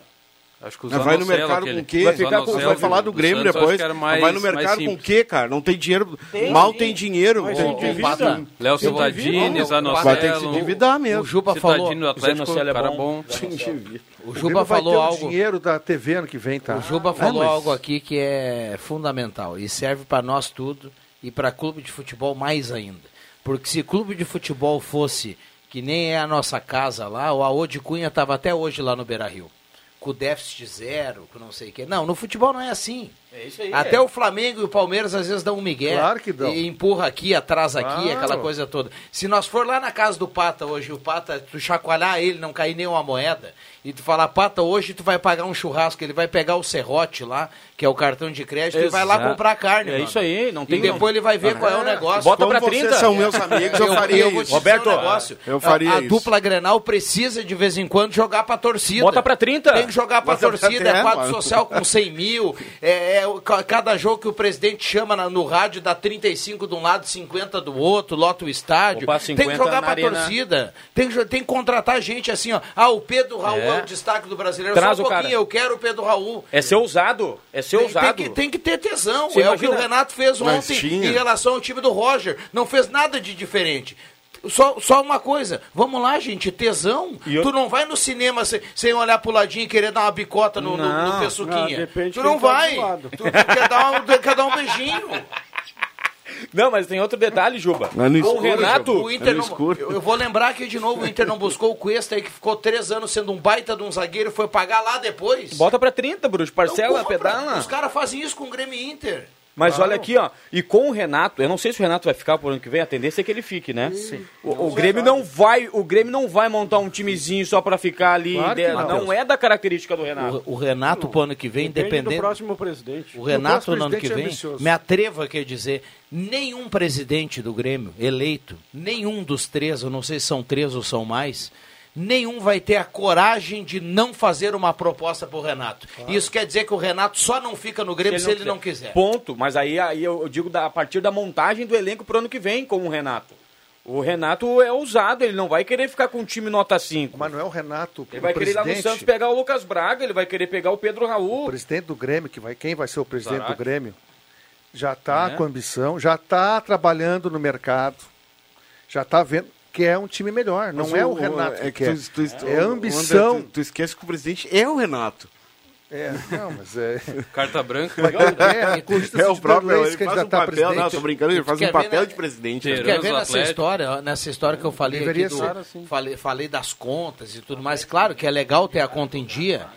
E: Acho que o
G: Mas vai no
E: Zanocelo,
G: mercado
E: aquele-
G: com o quê?
E: o
G: Vai, ficar com-
E: Zanocelo
G: vai falar do Grêmio
E: Santos, acho
G: depois.
E: que era mais-
G: vai no
E: mais
G: mercado com o
E: simples.
G: quê, cara? Não tem dinheiro. Mal tem dinheiro.
H: Mas
G: Tem-
H: se
G: tem-
H: endivida.
G: tem-
C: Eu
E: Léo
C: não vi, não.
E: Cidadini, Zanocelo.
G: Vai ter que se endividar mesmo.
C: O Juba falou,
E: Cidadini do Atlético,
B: Zanocelo é
E: cara
B: bom.
E: bom.
C: o
I: O Grêmio
C: Juba
I: vai
C: falou
I: ter o
C: algo.
I: dinheiro da TV ano que vem, tá?
C: O Juba falou algo aqui que é fundamental e serve para nós tudo e para clube de futebol mais ainda. Porque se clube de futebol fosse que nem é a nossa casa lá, o Aô de Cunha estava até hoje lá no Beira-Rio. Com déficit zero, com não sei o quê. Não, no futebol não é assim. Até
B: é.
C: o Flamengo e o Palmeiras às vezes dão um migué.
I: Claro que dão.
C: E empurra aqui, atrás aqui,
I: Claro.
C: aquela coisa toda. Se nós for lá na casa do Pata hoje, o Pata, tu chacoalhar ele, não cair nenhuma moeda, e tu falar, Pata, hoje tu vai pagar um churrasco, ele vai pegar o serrote lá, que é o cartão de crédito, e vai lá
B: Exato.
C: comprar carne.
B: É
C: mano.
B: isso aí, não tem-
C: E depois ele vai ver qual é o negócio.
B: Bota
I: Então
G: Como
B: pra
G: Então
B: 30.
G: vocês são meus amigos, eu faria
C: vou te
G: isso.
C: dizer um
B: Roberto,
C: negócio.
G: eu faria
C: a, a
G: isso.
C: dupla Grenal precisa de vez em quando jogar pra torcida.
B: Bota pra 30.
C: Tem que jogar pra
G: Bota pra
C: torcida,
G: 30,
C: é quadro
G: mano.
C: social com 100 mil. É, é o- ca- cada jogo que o presidente chama na- no rádio dá 35 de um lado, 50 do outro, lota o estádio.
B: Opa,
C: tem que
B: 50
C: jogar
B: na
C: pra
B: arena.
C: torcida. Tem que, jo- tem que contratar gente assim, ó. Ah, o Pedro Raul é, o destaque do brasileiro.
B: Traz
C: Só um
B: o cara.
C: pouquinho, eu quero o Pedro Raul.
B: É ser ousado. É ser
C: Tem-
B: ousado.
C: Tem, que, tem que ter tesão.
B: Você
C: é o que o
B: imagina-
C: Renato fez
G: Mas
C: ontem
G: tinha.
C: em relação ao time do Roger. Não fez nada de diferente. Só, só uma coisa, vamos lá, gente, tesão.
B: eu-
C: Tu não vai no cinema se- sem olhar pro ladinho e querer dar uma bicota no, no, no
B: Não,
C: Pessuquinha.
H: não, depende
C: tu
H: quem
C: não
H: tá
C: vai.
H: do lado.
C: Tu, tu quer, dar um, tu quer dar um beijinho.
B: Não, mas tem outro detalhe, Juba.
G: Mas no
B: o
G: escuro,
B: Renato.
C: O
G: É
C: Inter
G: no
C: não,
G: escuro.
C: eu, eu vou lembrar aqui de novo: o Inter não buscou o Cuesta aí, que ficou três anos sendo um baita de um zagueiro, foi pagar lá depois.
B: Bota pra 30, Bruxo.
C: Então,
B: Parcela,
C: compra.
B: pedala.
C: Os caras fazem isso com o Grêmio e Inter.
B: Mas olha aqui, ó. E com o Renato, eu não sei se o Renato vai ficar por ano que vem, a tendência é que ele fique, né? Sim. O, o Grêmio não vai, o Grêmio não vai montar um timezinho só pra ficar ali.
I: Claro que
B: de-
I: não.
B: não é da característica do Renato.
C: O, o Renato, pro ano que vem,
H: Depende do
C: independente.
H: próximo presidente.
C: O Renato,
I: próximo
C: no ano que
I: presidente é
C: vem,
I: ambicioso.
C: me atrevo aqui a dizer: nenhum presidente do Grêmio eleito, nenhum dos três, eu não sei se são três ou são mais, nenhum vai ter a coragem de não fazer uma proposta pro Renato. Isso quer dizer que o Renato só não fica no Grêmio se ele não quiser.
B: Ponto. Mas aí, aí eu eu digo da- a partir da montagem do elenco pro ano que vem com o Renato. O O Renato é ousado, ele não vai querer ficar com um time nota 5.
I: Mas não é o Renato,
B: Ele vai
I: o
B: querer ir lá no
I: presidente.
B: Santos pegar o Lucas Braga, ele vai querer pegar o Pedro
I: O
B: Raul.
I: presidente do Grêmio, que vai, quem vai ser o presidente
B: Zarate.
I: do Grêmio, já está
B: É.
I: com ambição, já está trabalhando no mercado, já está vendo que é um time melhor. Não
G: Mas
I: é o Renato que,
G: é
I: quer.
G: tu- tu- tu-
I: é
G: o-
I: a
G: o
I: ambição.
G: André, tu, tu esquece que o presidente é o Renato.
I: É, não, mas é.
E: Carta branca.
I: é,
G: É o próprio, ele
I: que
G: faz um
I: está
G: papel, não,
I: presidente.
G: tô brincando, ele faz
C: Quer
G: um
C: ver,
G: papel
C: né?
G: de presidente.
E: Ter-
C: Quer
E: Os
C: ver nessa
E: Atlético.
C: história, ó, nessa história que eu falei aqui
I: Deveria
C: do,
I: ser.
C: falei, falei das contas e tudo mais, claro que é legal ter a conta em dia,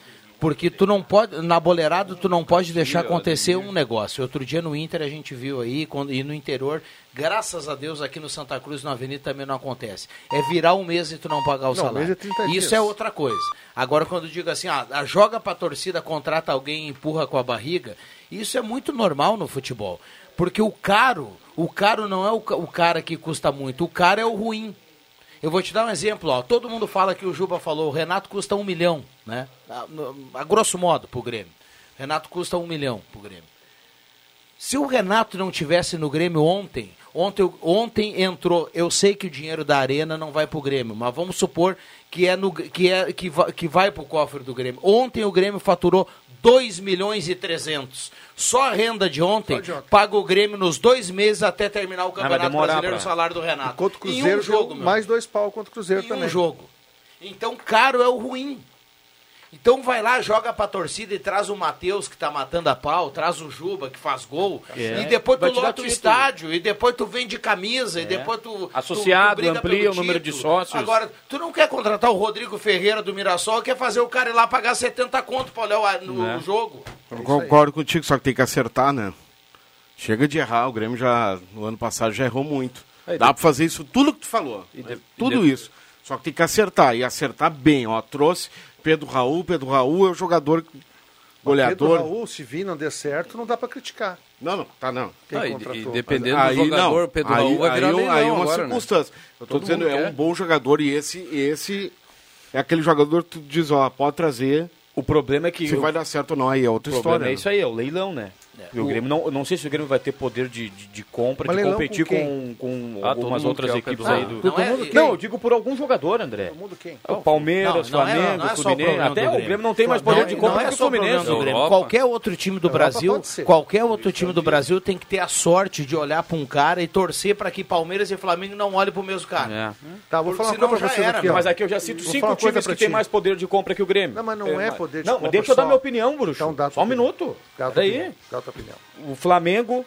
C: porque tu não pode, na boleirada tu não pode deixar acontecer um negócio. Outro dia no Inter a gente viu aí, quando, e no interior, graças a Deus aqui no Santa Cruz, na Avenida também não acontece. É virar um mês e tu não pagar o
I: Não, um mês
C: salário.
I: é 30
C: Isso
I: dias.
C: é outra coisa. Agora quando eu digo assim, ah, a joga pra torcida, contrata alguém e empurra com a barriga, isso é muito normal no futebol. Porque o caro, o caro não é o, ca- o cara que custa muito, o caro é o ruim. Eu vou te dar um exemplo, ó. Todo mundo fala que o Juba falou, o Renato custa um milhão, né? A, no- a grosso modo pro Grêmio. Renato custa um milhão pro Grêmio. Se o Renato não tivesse no Grêmio ontem, ontem, ontem entrou, eu sei que o dinheiro da Arena não vai pro Grêmio, mas vamos supor que é no que é que vai, que vai pro cofre do Grêmio. Ontem o Grêmio faturou 2 milhões e 300. Só a renda de ontem, paga o Grêmio nos dois meses até terminar o Campeonato
B: Ah, demorar
C: Brasileiro
B: pra-
C: o salário do Renato.
I: Contra o
C: Em um
I: Cruzeiro,
C: jogo, meu
I: mais dois pau contra o Cruzeiro
C: em
I: também.
C: um jogo. Então, caro é o ruim. Então vai lá, joga pra torcida e traz o Matheus que tá matando a pau, traz o Juba que faz gol, e depois tu
B: É. Vai te dar
C: lota o
B: título. É.
C: estádio, e depois tu vende camisa, e depois tu.
B: Associado,
C: briga
B: amplia
C: pelo
B: o número de
C: título.
B: sócios.
C: Agora, tu não quer contratar o Rodrigo Ferreira do Mirassol, quer fazer o cara ir lá pagar 70 conto pra olhar o, no,
B: Né?
C: o jogo.
G: Eu concordo contigo, só que tem que acertar, né? Chega de errar, o Grêmio já, no ano passado, já errou muito. Dá pra fazer isso, tudo que tu falou. né? Tudo isso. Só que tem que acertar, e acertar bem, ó. Trouxe Pedro Raul, Pedro Raul é o jogador
I: Pedro
G: goleador.
I: Raul, se vir não der certo, não dá para criticar.
G: Não, não, tá não.
I: Quem
E: Ah, e- e,
I: contratou.
E: dependendo
G: Aí
E: do jogador,
G: não.
E: o Pedro
G: aí,
E: Raul vai virar
G: aí,
E: leilão
G: aí é uma
E: agora, né?
G: circunstância. Eu tô
E: Todo
G: dizendo,
E: mundo
G: é
E: quer.
G: um bom jogador e esse, esse é aquele jogador que tu diz, ó, pode trazer,
B: O problema é que
G: se
B: o,
G: vai dar certo ou não, aí é outra
B: problema
G: história.
B: é
G: né?
B: isso aí, é o leilão, né? E o Grêmio não, eu não sei se o Grêmio vai ter poder de, de, de compra,
I: Mas
B: de
I: leilão
B: competir
I: com
B: com,
I: quem?
B: com,
E: Ah, todo
B: algumas
E: mundo
B: outras
E: quer o
B: equipes
E: Pedro
B: aí
E: Raul.
B: do.
C: Não é-
B: Não, eu digo por algum jogador, André.
I: Todo mundo quem?
B: O Palmeiras,
C: Não, não é-
B: Flamengo,
C: não é só o
B: Fluminense.
C: problema do
B: Até o
C: Grêmio. é-
B: Grêmio não tem mais poder de compra que o Fluminense.
E: do Grêmio. Europa.
C: Qualquer outro time do Brasil,
I: pode ser.
C: qualquer outro time do Brasil tem que ter a sorte de olhar pra um cara e torcer pra que Palmeiras e Flamengo não olhem pro mesmo cara.
E: É.
I: Tá, vou
C: Porque
I: falar uma
C: senão
I: coisa pra
C: já
I: vocês
C: era,
I: aqui, ó.
B: Mas aqui eu já cito
I: Vou
B: cinco
I: falar uma coisa
B: times
I: pra
B: que têm
I: ti.
B: mais poder de compra que o Grêmio.
I: Não, mas não é
B: mas-
I: poder de
B: Não, mas
I: compra
B: deixa eu dar
I: só.
B: minha opinião, Bruxo.
I: Então dá
B: só
I: tua
B: um
I: opinião.
B: minuto.
I: Dá a tua
B: Daí,
I: opinião, dá a tua opinião.
B: o Flamengo,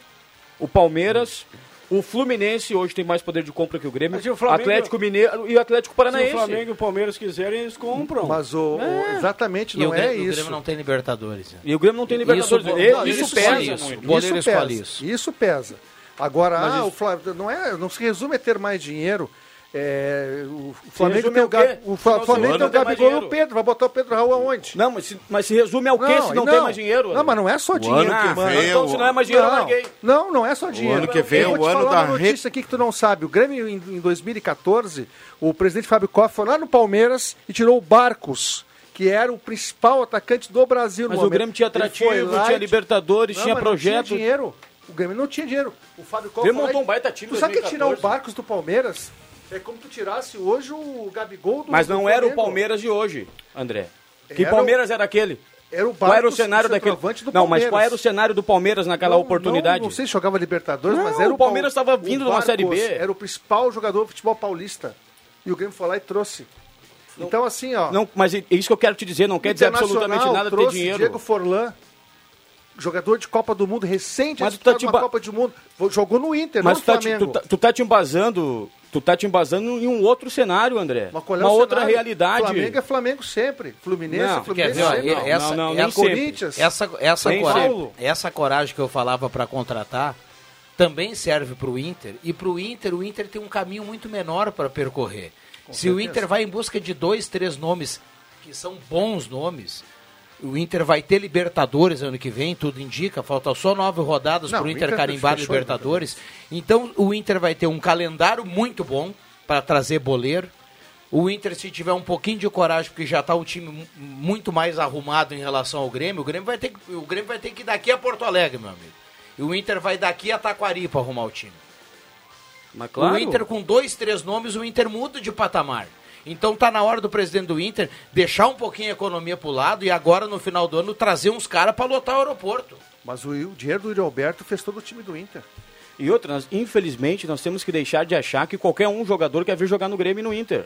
B: o Palmeiras, o Fluminense hoje tem mais poder de compra que o Grêmio.
H: Mas e o Flamengo?
B: Atlético Mineiro e o Atlético
H: Se o
B: Paranaense.
H: Flamengo e o Palmeiras quiserem, eles compram.
I: Mas o, o- exatamente
C: E o
I: não
C: Grêmio,
I: é
C: o
I: isso.
C: Grêmio não tem Libertadores. né?
B: E o Grêmio não tem Libertadores.
C: Isso-
B: E-
C: não,
B: isso
C: isso
B: pesa
C: sim, isso.
B: muito.
C: O goleiro
I: isso
C: escolhe
I: pesa.
C: isso.
I: Isso pesa. Agora, ah, o Flamengo não é, não se resume a ter mais dinheiro. É, o Flamengo
B: resume
I: tem
B: ao
I: o, Gabi,
B: quê?
I: o Fla-
B: Final
I: Flamengo
B: do
I: tem
B: ano
I: o
B: tem mais
I: Gabigol e
B: dinheiro.
I: o Pedro. Vai botar o Pedro Raul aonde?
B: Não, mas se, mas se resume ao quê se não,
I: e
B: tem mais dinheiro?
I: Não,
B: André?
I: mas não é só dinheiro
G: ano
I: que
G: que
I: manda.
G: vem,
B: Então, se não é mais dinheiro, eu larguei.
I: Não, não é só dinheiro.
G: ano que vem
I: Eu
G: é
I: vou
G: o
I: te
G: ano
I: falar
G: da
I: uma
G: re-
I: notícia aqui que tu não sabe. O Grêmio, em, em 2014, o presidente Fábio Koff foi lá no Palmeiras e tirou o Barcos, que era o principal atacante do Brasil
B: Mas
I: no
B: o
I: momento.
B: Grêmio tinha
I: Ele foi
B: atrativo,
I: lá
B: tinha
I: e-
B: Libertadores,
I: Não,
B: tinha
I: mas Não
B: projeto.
I: tinha dinheiro. O Grêmio não tinha dinheiro. O Fábio Koff
B: Grêmio
I: foi lá
B: montou
I: e-
B: um baita time
I: Tu
B: em
I: sabe que tirar o
B: 2014?
I: Barcos do Palmeiras é como tu tirasse hoje o Gabigol do
B: Mas não
I: do
B: era o
I: Flamengo.
B: Palmeiras de hoje, André. Que
I: Era o-
B: Palmeiras era aquele?
I: Era o Barcos,
B: Qual era o cenário
I: o
B: daquele?
I: centroavante do
B: Não, mas qual
I: Palmeiras.
B: era o cenário do Palmeiras naquela
I: Não,
B: oportunidade?
I: Não, não sei se jogava Libertadores,
B: Não,
I: mas era
B: o
I: o Pal-
B: Palmeiras tava
I: o
B: vindo de uma Série B.
I: Barcos Era o principal jogador do futebol paulista. E o Grêmio foi lá e trouxe. então, assim, ó.
B: Não, mas é isso que eu quero te dizer, não quer dizer
I: Internacional
B: absolutamente nada ter
I: trouxe
B: dinheiro.
I: Diego Forlan, jogador de Copa do Mundo, recente
B: Mas tu tá
I: disputado
B: te
I: uma
B: ba-
I: Copa do Mundo. Jogou no Inter,
B: Mas
I: mas
B: tu tá,
I: não no
B: te,
I: Flamengo.
B: tu, tá, tu tá te embasando, tu tá te embasando em um outro cenário, André.
I: Mas qual é
B: Uma
I: o
B: outra
I: cenário?
B: realidade.
I: Flamengo é Flamengo sempre. Fluminense
B: Não,
I: é
C: Quer
I: Fluminense
C: ver? ó,
I: sempre.
B: não,
C: essa,
B: não, nem
C: essa,
B: sempre.
I: Corinthians.
C: essa, essa,
B: Nem
C: coragem-
B: sempre.
C: essa coragem que eu falava para contratar também serve para o Inter. E para o Inter, o Inter tem um caminho muito menor para percorrer. Se o Inter vai em busca de dois, três nomes que são bons nomes, o Inter vai ter Libertadores ano que vem, tudo indica. Faltam só nove rodadas
I: Não,
C: para o
I: o
C: Inter
I: Inter
C: carimbar
I: fechou a
C: Libertadores. Então o Inter vai ter um calendário muito bom para trazer boleiro. O Inter, se tiver um pouquinho de coragem, porque já está o time mu- muito mais arrumado em relação ao Grêmio, o Grêmio vai ter que, o Grêmio vai ter que ir daqui a Porto Alegre, meu amigo. E o Inter vai daqui a Taquari para arrumar o time.
E: Mas claro.
C: O Inter com dois, três nomes, o Inter muda de patamar. Então tá na hora do presidente do Inter deixar um pouquinho a economia pro lado e agora no final do ano trazer uns caras para lotar o aeroporto.
I: Mas o, o dinheiro do Yuri Alberto fez todo o time do Inter.
B: E outra, nós, infelizmente, nós temos que deixar de achar que qualquer um jogador quer vir jogar no Grêmio e no Inter.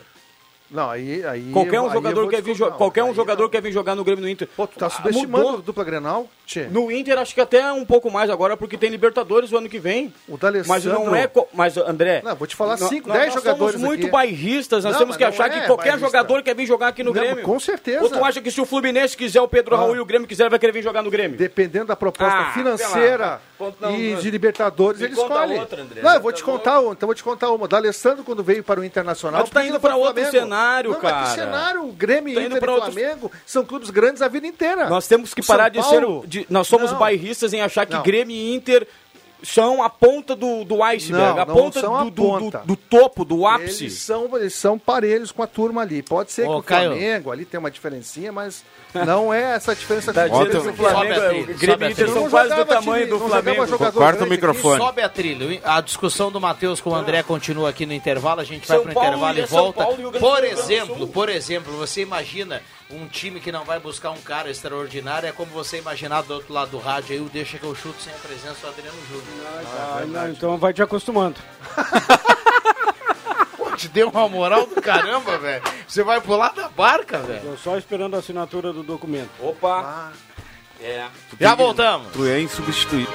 I: Não, aí. aí
B: Qualquer
I: eu-
B: um
I: aí eu
B: jogador
I: vou
B: quer
I: te
B: vir,
I: falar,
B: jo- qualquer um
I: aí
B: jogador
I: não.
B: quer vir jogar no Grêmio e no Inter.
I: Pô, tu tá
B: Ah,
I: subestimando
B: mudou.
I: a dupla Grenal? Tchê.
B: No Inter acho que até um pouco mais agora, porque tem Libertadores o ano que vem.
I: O D'Alessandro-
B: Mas não é. co- Mas, André.
I: Não, vou te falar
B: nó-
I: cinco,
B: nós-
I: dez
B: nós
I: jogadores
B: somos muito
I: aqui.
B: bairristas, nós
I: Não,
B: temos que
I: mas não
B: achar
I: é
B: que qualquer
I: bairrista.
B: jogador quer vir jogar aqui no
I: Não,
B: Grêmio.
I: com certeza.
B: Ou tu acha que se o Fluminense quiser o Pedro
I: Ah.
B: Raul e o Grêmio quiser, vai querer vir jogar no Grêmio?
I: Dependendo da proposta
B: Ah,
I: financeira
B: pela- Não,
I: e
B: não.
I: de Libertadores,
B: Me
I: ele
B: conta
I: escolhe.
B: outra, André.
I: não,
B: Já
I: eu vou
B: tá
I: te contar uma. Então, eu vou te contar uma. O D'Alessandro, quando veio para o Internacional.
B: Mas tu tá
I: pediu
B: indo pra outro
I: Flamengo.
B: cenário,
I: não, mas
B: cara.
I: que cenário? O Grêmio,
B: Tá indo
I: Inter e
B: pra outros-
I: Flamengo são clubes grandes a vida inteira.
B: Nós temos que
I: O
B: parar
I: São
B: de ser.
I: Paulo-
B: de- nós somos
I: Não.
B: bairristas em achar que
I: Não.
B: Grêmio e Inter são a ponta do, do iceberg,
I: Não,
B: a
I: não
B: ponta,
I: são a
B: do, do- do-
I: ponta.
B: do topo, do ápice.
I: Eles são, eles são parelhos com a turma ali. Pode ser
C: Ô,
I: que o
C: Caio.
I: Flamengo ali tenha uma diferencinha, mas não é essa diferença
B: Tá
I: toda
B: dizendo
G: Ontem-
B: que o
I: que o Flamengo-
B: Flamengo,
C: Sobe a
B: o
C: trilha,
B: Grêmio
C: sobe a
B: e Inter
C: trilha.
B: são
I: Não
B: quase do
I: jogava
B: tamanho
I: time,
B: do
I: não jogava
B: Flamengo.
I: jogador
G: Corta o
I: grande aqui.
G: microfone.
C: Sobe a trilha. A discussão do Matheus com o André continua aqui no intervalo. A gente
B: São
C: vai pro
B: Paulo
C: intervalo
B: e
C: e
B: é São
C: volta.
B: Paulo e Rio Grande
C: por
B: do Sul.
C: exemplo, por exemplo, você imagina um time que não vai buscar um cara extraordinário. É como você imaginar do outro lado do rádio aí o Deixa que eu chuto sem a presença do Adriano Júnior.
H: Ah, não, então vai te acostumando.
C: Pô, te deu uma moral do caramba, velho. Você vai pular da barca, velho. Ah,
H: Tô só esperando a assinatura do documento.
B: Opa!
C: é. Já voltamos.
G: Tu é insubstituível.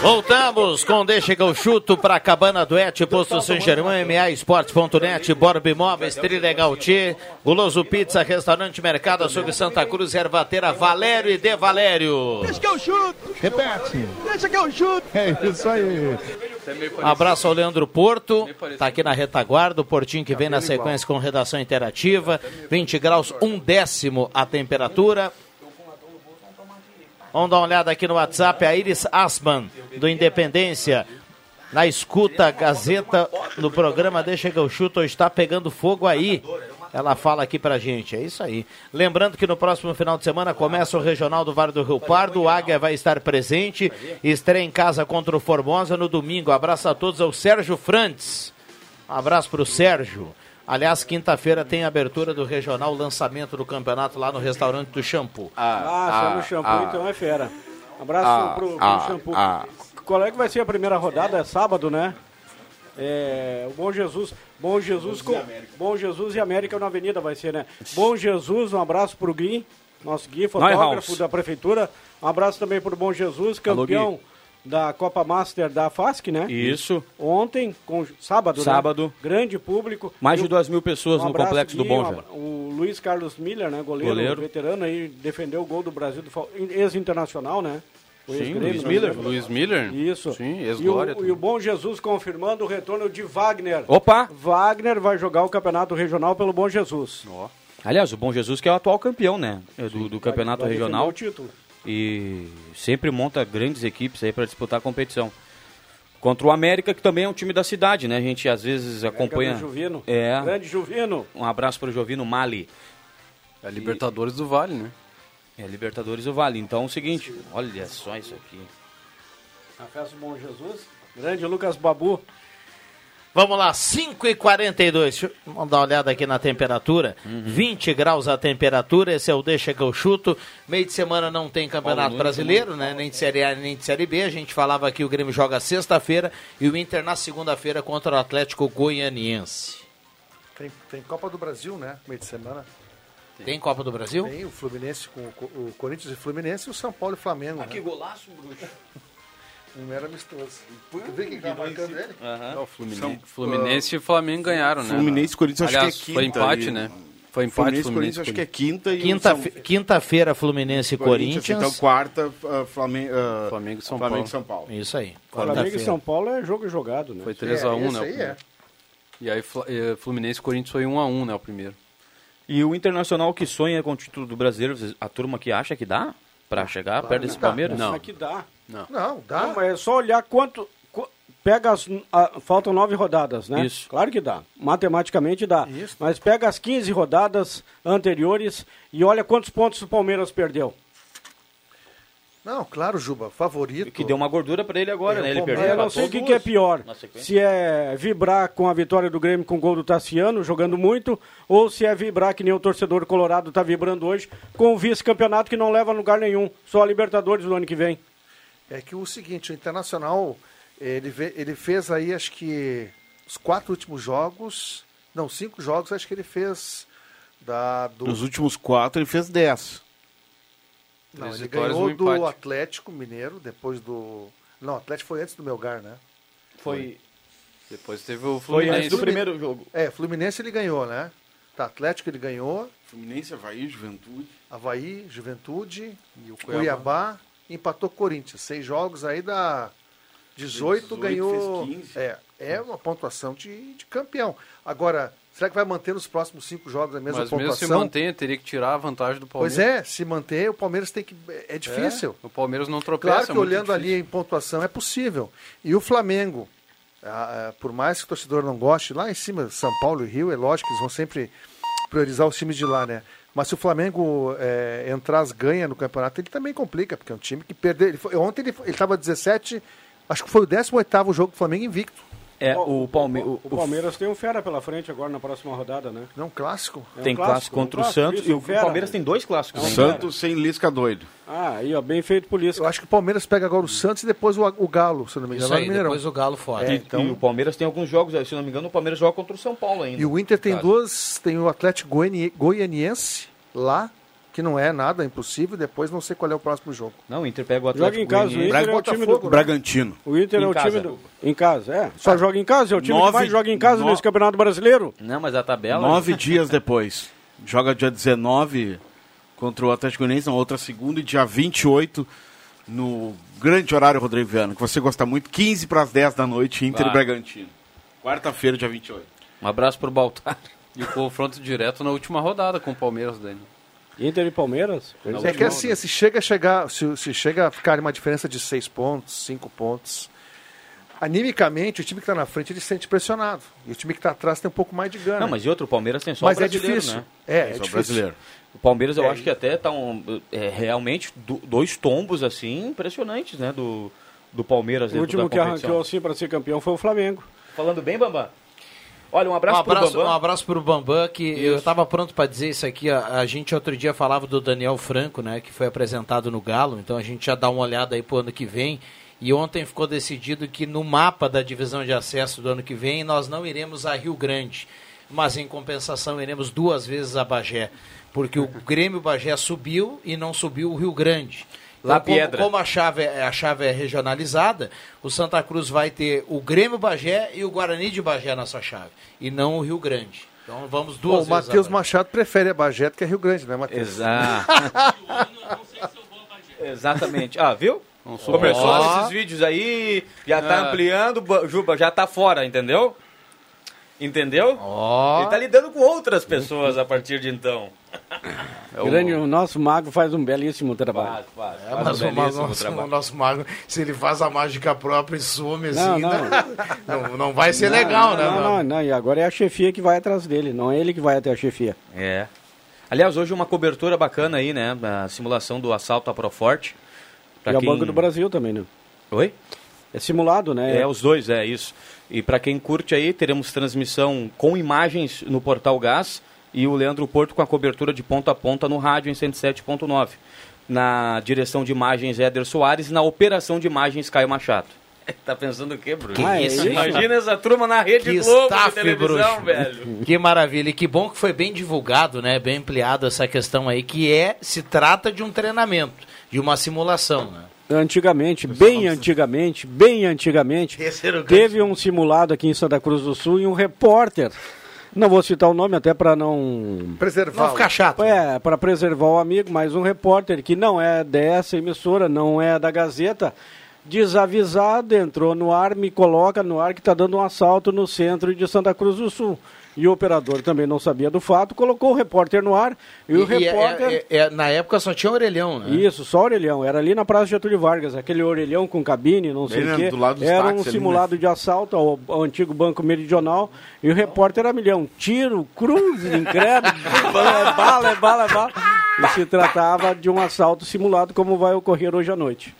C: Voltamos com Deixa que eu chuto para Cabana Duete, Posto São Germão, MA Esportes.net, Borb Imóveis, Trilegal T, Guloso Pizza, Restaurante Mercado, Açougue Santa Cruz, Ervateira, Valério e De Valério. Um abraço ao Leandro Porto, tá aqui na retaguarda, o Portinho que vem na sequência com redação interativa, 20 graus, um décimo a temperatura. Vamos dar uma olhada aqui no WhatsApp, a Iris Asman, do Independência, na escuta Gazeta, no programa Deixa que eu chuto, hoje está pegando fogo aí. Ela fala aqui pra gente, é isso aí. Lembrando que no próximo final de semana começa o Regional do Vale do Rio Pardo, o Águia vai estar presente, estreia em casa contra o Formosa no domingo. Abraço a todos, ao Sérgio Frantes. Um abraço pro Sérgio. Aliás, quinta-feira tem a abertura do Regional, o lançamento do campeonato lá no restaurante do Shampoo.
H: Ah, só no shampoo, então é fera. Abraço
B: Ah,
H: pro, pro shampoo. Qual é que vai ser a primeira rodada? É sábado, né? É, o Bom Jesus, Bom Jesus, com, Bom Jesus e América na Avenida vai ser, né? Bom Jesus, um abraço pro Gui, nosso Gui, fotógrafo
B: Neuhaus.
H: da prefeitura. Um abraço também pro Bom Jesus,
B: Alô, Gui.
H: campeão da Copa Master da FASC, né?
B: Isso.
H: Ontem, com, sábado, né?
B: Sábado.
H: Grande público.
B: Mais de
H: E o-
B: 2 mil pessoas
H: um
B: no
H: abraço,
B: complexo do
H: Gui,
B: Bom,
H: um
B: velho.
H: abra- O Luiz Carlos Miller, né, goleiro,
B: Goleiro.
H: veterano aí, defendeu o gol do Brasil, do Fal- ex-internacional, né? O
B: Sim,
H: ex-Grêmio,
B: Luiz
H: né?
B: Miller.
E: Luiz Miller?
H: Isso.
E: Sim,
H: e,
E: ex-glória.
H: o, e o Bom Jesus confirmando o retorno de Wagner.
B: Opa!
H: Wagner vai jogar o campeonato regional pelo Bom Jesus.
B: Aliás, o Bom Jesus que é o atual campeão, né? é Do, do campeonato
H: Vai defender
B: regional.
H: O título.
B: E sempre monta grandes equipes aí para disputar a competição. Contra o América, que também é um time da cidade, né? A gente às vezes acompanha.
H: Grande Juvino.
B: É.
H: Grande Juvino.
B: Um abraço para o Jovino Mali.
E: É Libertadores do Vale, né?
B: É Libertadores do Vale. Então é o seguinte, olha só isso aqui.
H: Na festa do Bom Jesus. Grande Lucas Babu.
C: Vamos lá, 5h42. Deixa eu- Vamos dar uma olhada aqui na temperatura.
B: Uhum.
C: 20 graus a temperatura, esse é o Deixa que eu chuto. Meio de semana não tem Campeonato Brasileiro, né? Nem de Série A nem de Série B. A gente falava que o Grêmio joga sexta-feira e o Inter na segunda-feira contra o Atlético Goianiense.
I: Tem, tem Copa do Brasil, né? Meio de semana.
C: Tem Copa do Brasil?
I: Tem o Fluminense com o Co- o Corinthians e Fluminense e o São Paulo e Flamengo. né?
B: golaço, bruxo.
I: Um era amistoso. Tu vê quem tá marcando ele?
E: Ah,
G: É
F: Não, Fluminense.
E: Fluminense e Flamengo ganharam, né?
G: Fluminense e Corinthians, acho
E: Aliás,
G: que é
E: foi
G: quinta
E: empate,
G: aí.
E: né? Foi empate
G: Fluminense e
E: Fluminense,
G: Corinthians, acho que é quinta. E o
C: Quinta,
G: São-
C: quinta-feira, Fluminense e Corinthians.
G: Então, quarta, ah, Flamen- ah,
E: Flamengo e São
G: Flamengo
E: Paulo.
G: e São Paulo.
C: Isso aí.
H: Flamengo e
C: Quarta-feira.
H: São Paulo é jogo jogado, né?
E: Foi 3x1,
I: esse
E: né? o
I: aí
E: primeiro.
I: é.
E: E aí Fla- eh, Fluminense e Corinthians foi 1x1, né? O primeiro.
B: E o Internacional que sonha com o título do brasileiro, vocês- a turma que acha que dá para chegar perto desse Palmeiras?
H: Não.
E: Não.
H: Aqui dá.
I: Não,
B: Tá?
I: dá.
H: Não, mas é só olhar quanto. qu- Pega as. a- faltam nove rodadas, né?
B: Isso.
H: Claro que dá. Matematicamente dá. Mas pega as 15 rodadas anteriores e olha quantos pontos o Palmeiras perdeu.
I: Não, claro, Juba, favorito.
B: Que deu uma gordura para ele agora,
I: É,
B: né? Ele
I: o
B: perdeu.
H: Eu
I: Palmeiras-
H: não
B: empatou.
H: sei o que, que é pior.
B: na sequência.
H: Se é vibrar com a vitória do Grêmio com o gol do Tassiano, jogando muito, ou se é vibrar que nem o torcedor colorado está vibrando hoje, com o vice-campeonato que não leva a lugar nenhum. Só a Libertadores no ano que vem.
E: um-
I: É que o seguinte, o Internacional, ele, ve- ele fez aí, acho que, os quatro últimos jogos, não, cinco jogos, acho que ele fez da, do,
G: Nos últimos quatro, ele fez dez.
I: não,
E: Três
I: ele
E: vitórias,
I: ganhou
E: um
I: do
E: empate.
I: Atlético Mineiro, depois do... Não, o Atlético foi antes do Melgar, né?
B: Foi,
E: Depois teve o
B: foi antes
E: Fluminense.
B: do primeiro jogo.
I: É, Fluminense ele ganhou, né? Tá, Atlético ele ganhou,
G: Fluminense, Havaí, Juventude.
I: Havaí, Juventude,
E: E o Cuiabá.
I: Cuiabá, empatou Corinthians. Seis jogos aí da 18,
G: 18,
I: ganhou.
G: fez 15.
I: É, é uma pontuação de, de campeão. Agora, será que vai manter nos próximos cinco jogos a mesma
E: Mas mesmo se
I: pontuação?
E: mantenha, teria que tirar a vantagem do Palmeiras.
I: pois é, se manter, o Palmeiras tem que. É difícil.
E: O Palmeiras não tropeça.
I: Claro
E: é
I: que
E: muito
I: olhando
E: difícil.
I: ali em pontuação é possível. E o Flamengo, ah, ah, por mais que o torcedor não goste, lá em cima, São Paulo e Rio, é lógico que eles vão sempre priorizar os times de lá, né? Mas se o Flamengo eh, entrar as ganha no campeonato, ele também complica, porque é um time que perdeu. Ele foi- ontem ele estava 17, acho que foi o 18 jogo do Flamengo invicto.
B: É, o, Palme o,
H: O Palmeiras tem um fera pela frente agora na próxima rodada, né?
I: Não, clássico.
H: É um
B: tem clássico
H: é um
B: contra o
H: clássico,
B: Santos
H: isso,
B: e
H: é um
B: o
H: fera,
B: Palmeiras
H: né?
B: tem dois
G: É um
B: clássicos. ainda.
G: Santos sem Lisca doido.
H: Ah, aí, ó, bem feito por isso.
I: Eu acho que o Palmeiras pega agora o Santos e depois o, o Galo, se não me engano,
C: Isso
I: lá no
C: aí,
I: Mineirão.
C: depois o Galo fora.
B: E, e o Palmeiras tem alguns jogos, se não me engano, o Palmeiras joga contra o São Paulo ainda.
I: E o Inter tem duas, tem o Atlético Goiani- Goianiense lá, que não é nada, é impossível, depois não sei qual é o próximo jogo.
B: Não, o Inter pega o
H: Joga
B: Atlético
H: em casa, o
B: Goianiense.
H: Inter é o
I: Braga e
H: time
I: Botafogo,
H: do.
I: né?
G: Bragantino.
H: O Inter é
B: Em
H: o time
B: casa.
H: do. Em casa, é. Só joga em casa, é o time que
G: Nove-
H: mais joga em casa
G: no-
H: nesse Campeonato Brasileiro.
B: Não, mas a tabela...
G: Nove dias depois. Joga dia 19 contra o Atlético Goianiense, na outra segunda, e dia 28 no grande horário Rodrigo Viana, que você gosta muito, 15 para as 10 da noite, Inter e
E: Claro.
G: Bragantino. Quarta-feira, dia 28.
B: Um abraço pro Baltar.
E: E o confronto direto na última rodada com o Palmeiras, Dani.
H: Inter e Palmeiras?
I: É que assim, se chega a chegar, se, se chega a ficar uma diferença de seis pontos, cinco pontos, animicamente o time que está na frente ele se sente pressionado. E o time que está atrás tem um pouco mais de gana.
B: Não, mas e outro, o Palmeiras tem só
I: Mas
B: o
I: é
B: brasileiro,
I: difícil.
B: né?
I: É, é
G: Esse o
I: difícil.
G: brasileiro.
B: O Palmeiras, eu
I: É,
B: acho que até tá um, é, realmente do- dois tombos, assim, impressionantes, né, do, do Palmeiras
H: O
B: dentro
H: último
B: da
H: que
B: competição.
H: arranqueou assim para ser campeão foi o Flamengo.
B: Falando bem, Bambam? Olha, um
C: Um
B: abraço, pro
C: abraço,
B: Bambam.
C: um abraço pro Bambam, que eu estava pronto para dizer isso aqui. A, a gente outro dia falava do Daniel Franco, né? Que foi apresentado no Galo, então a gente já dá uma olhada aí pro ano que vem. E ontem ficou decidido que no mapa da divisão de acesso do ano que vem nós não iremos a Rio Grande, mas em compensação iremos duas vezes a Bagé, porque o Grêmio Bagé subiu e não subiu o Rio Grande. Então,
B: Lá
C: como-
B: Piedra.
C: como como a chave, é- a chave é regionalizada, o Santa Cruz vai ter o Grêmio Bagé e o Guarani de Bagé na sua chave, e não o Rio Grande. Então vamos
I: Pô,
C: duas
I: o
C: vezes.
I: Matheus
C: agora.
I: Machado prefere a Bagé do que a Rio Grande, né, Matheus?
B: Exato. Ah. Exatamente. Ah, viu?
E: sou
B: Começou
E: bom.
B: esses vídeos aí, já tá ampliando, Ba- Juba já tá fora, entendeu? Entendeu? Ele tá lidando com outras pessoas a partir de então.
H: É O grande, o nosso mago faz um belíssimo trabalho.
B: Faz, faz,
J: É,
B: faz
J: mas
B: um
J: o, mas
B: belíssimo
J: nosso, o
B: trabalho.
J: nosso mago, se ele faz a mágica própria e some
H: Não,
J: assim,
H: Ah, né? não.
J: Não, não, não vai ser legal, né?
H: Não,
J: mano?
H: não, não, e agora é a chefia que vai atrás dele, não é ele que vai até a chefia.
B: É. Aliás, hoje uma cobertura bacana aí, né? A simulação do assalto à Proforte. Pra
H: e
B: quem-
H: é o Banco do Brasil também, né?
B: Oi?
H: É simulado, né?
B: É, os dois, é isso. E para quem curte aí, teremos transmissão com imagens no Portal Gás e o Leandro Porto com a cobertura de ponta a ponta no rádio em 107.9. Na direção de imagens, Éder Soares. E na operação de imagens, Caio Machado. tá pensando o quê, Bruno?
H: Ah, é isso?
B: Imagina essa turma na Rede
C: Que
B: Globo
C: staff,
B: de televisão,
C: bruxo.
B: velho.
C: Que maravilha, e que bom que foi bem divulgado, né? Bem ampliado essa questão aí, que é, se trata de um treinamento, de uma simulação, né?
H: Antigamente, bem antigamente, bem antigamente,
J: Esse era o grande-
H: teve um simulado aqui em Santa Cruz do Sul e um repórter Não vou citar o nome até para não.
I: Preservar. Não ficar
C: chato.
H: É, para preservar o amigo, mas um repórter que não é dessa emissora, não é da Gazeta, desavisado, entrou no ar, me coloca no ar que está dando um assalto no centro de Santa Cruz do Sul. E o operador também não sabia do fato, colocou o repórter no ar e, o
C: E é-
H: repórter.
C: é- é- é- na época só tinha orelhão, né?
H: É. Isso, só orelhão. Era ali na Praça Getúlio Vargas, aquele orelhão com cabine, não sei
G: Bem
H: o
G: na-
H: quê.
G: do lado dos
H: Era
G: táxis
H: um
G: ali, né?
H: simulado de assalto ao, ao antigo Banco Meridional e o repórter era milhão. Tiro, cruz, incrédulo, é bala, é bala, é bala. E se tratava de um assalto simulado como vai ocorrer hoje à noite.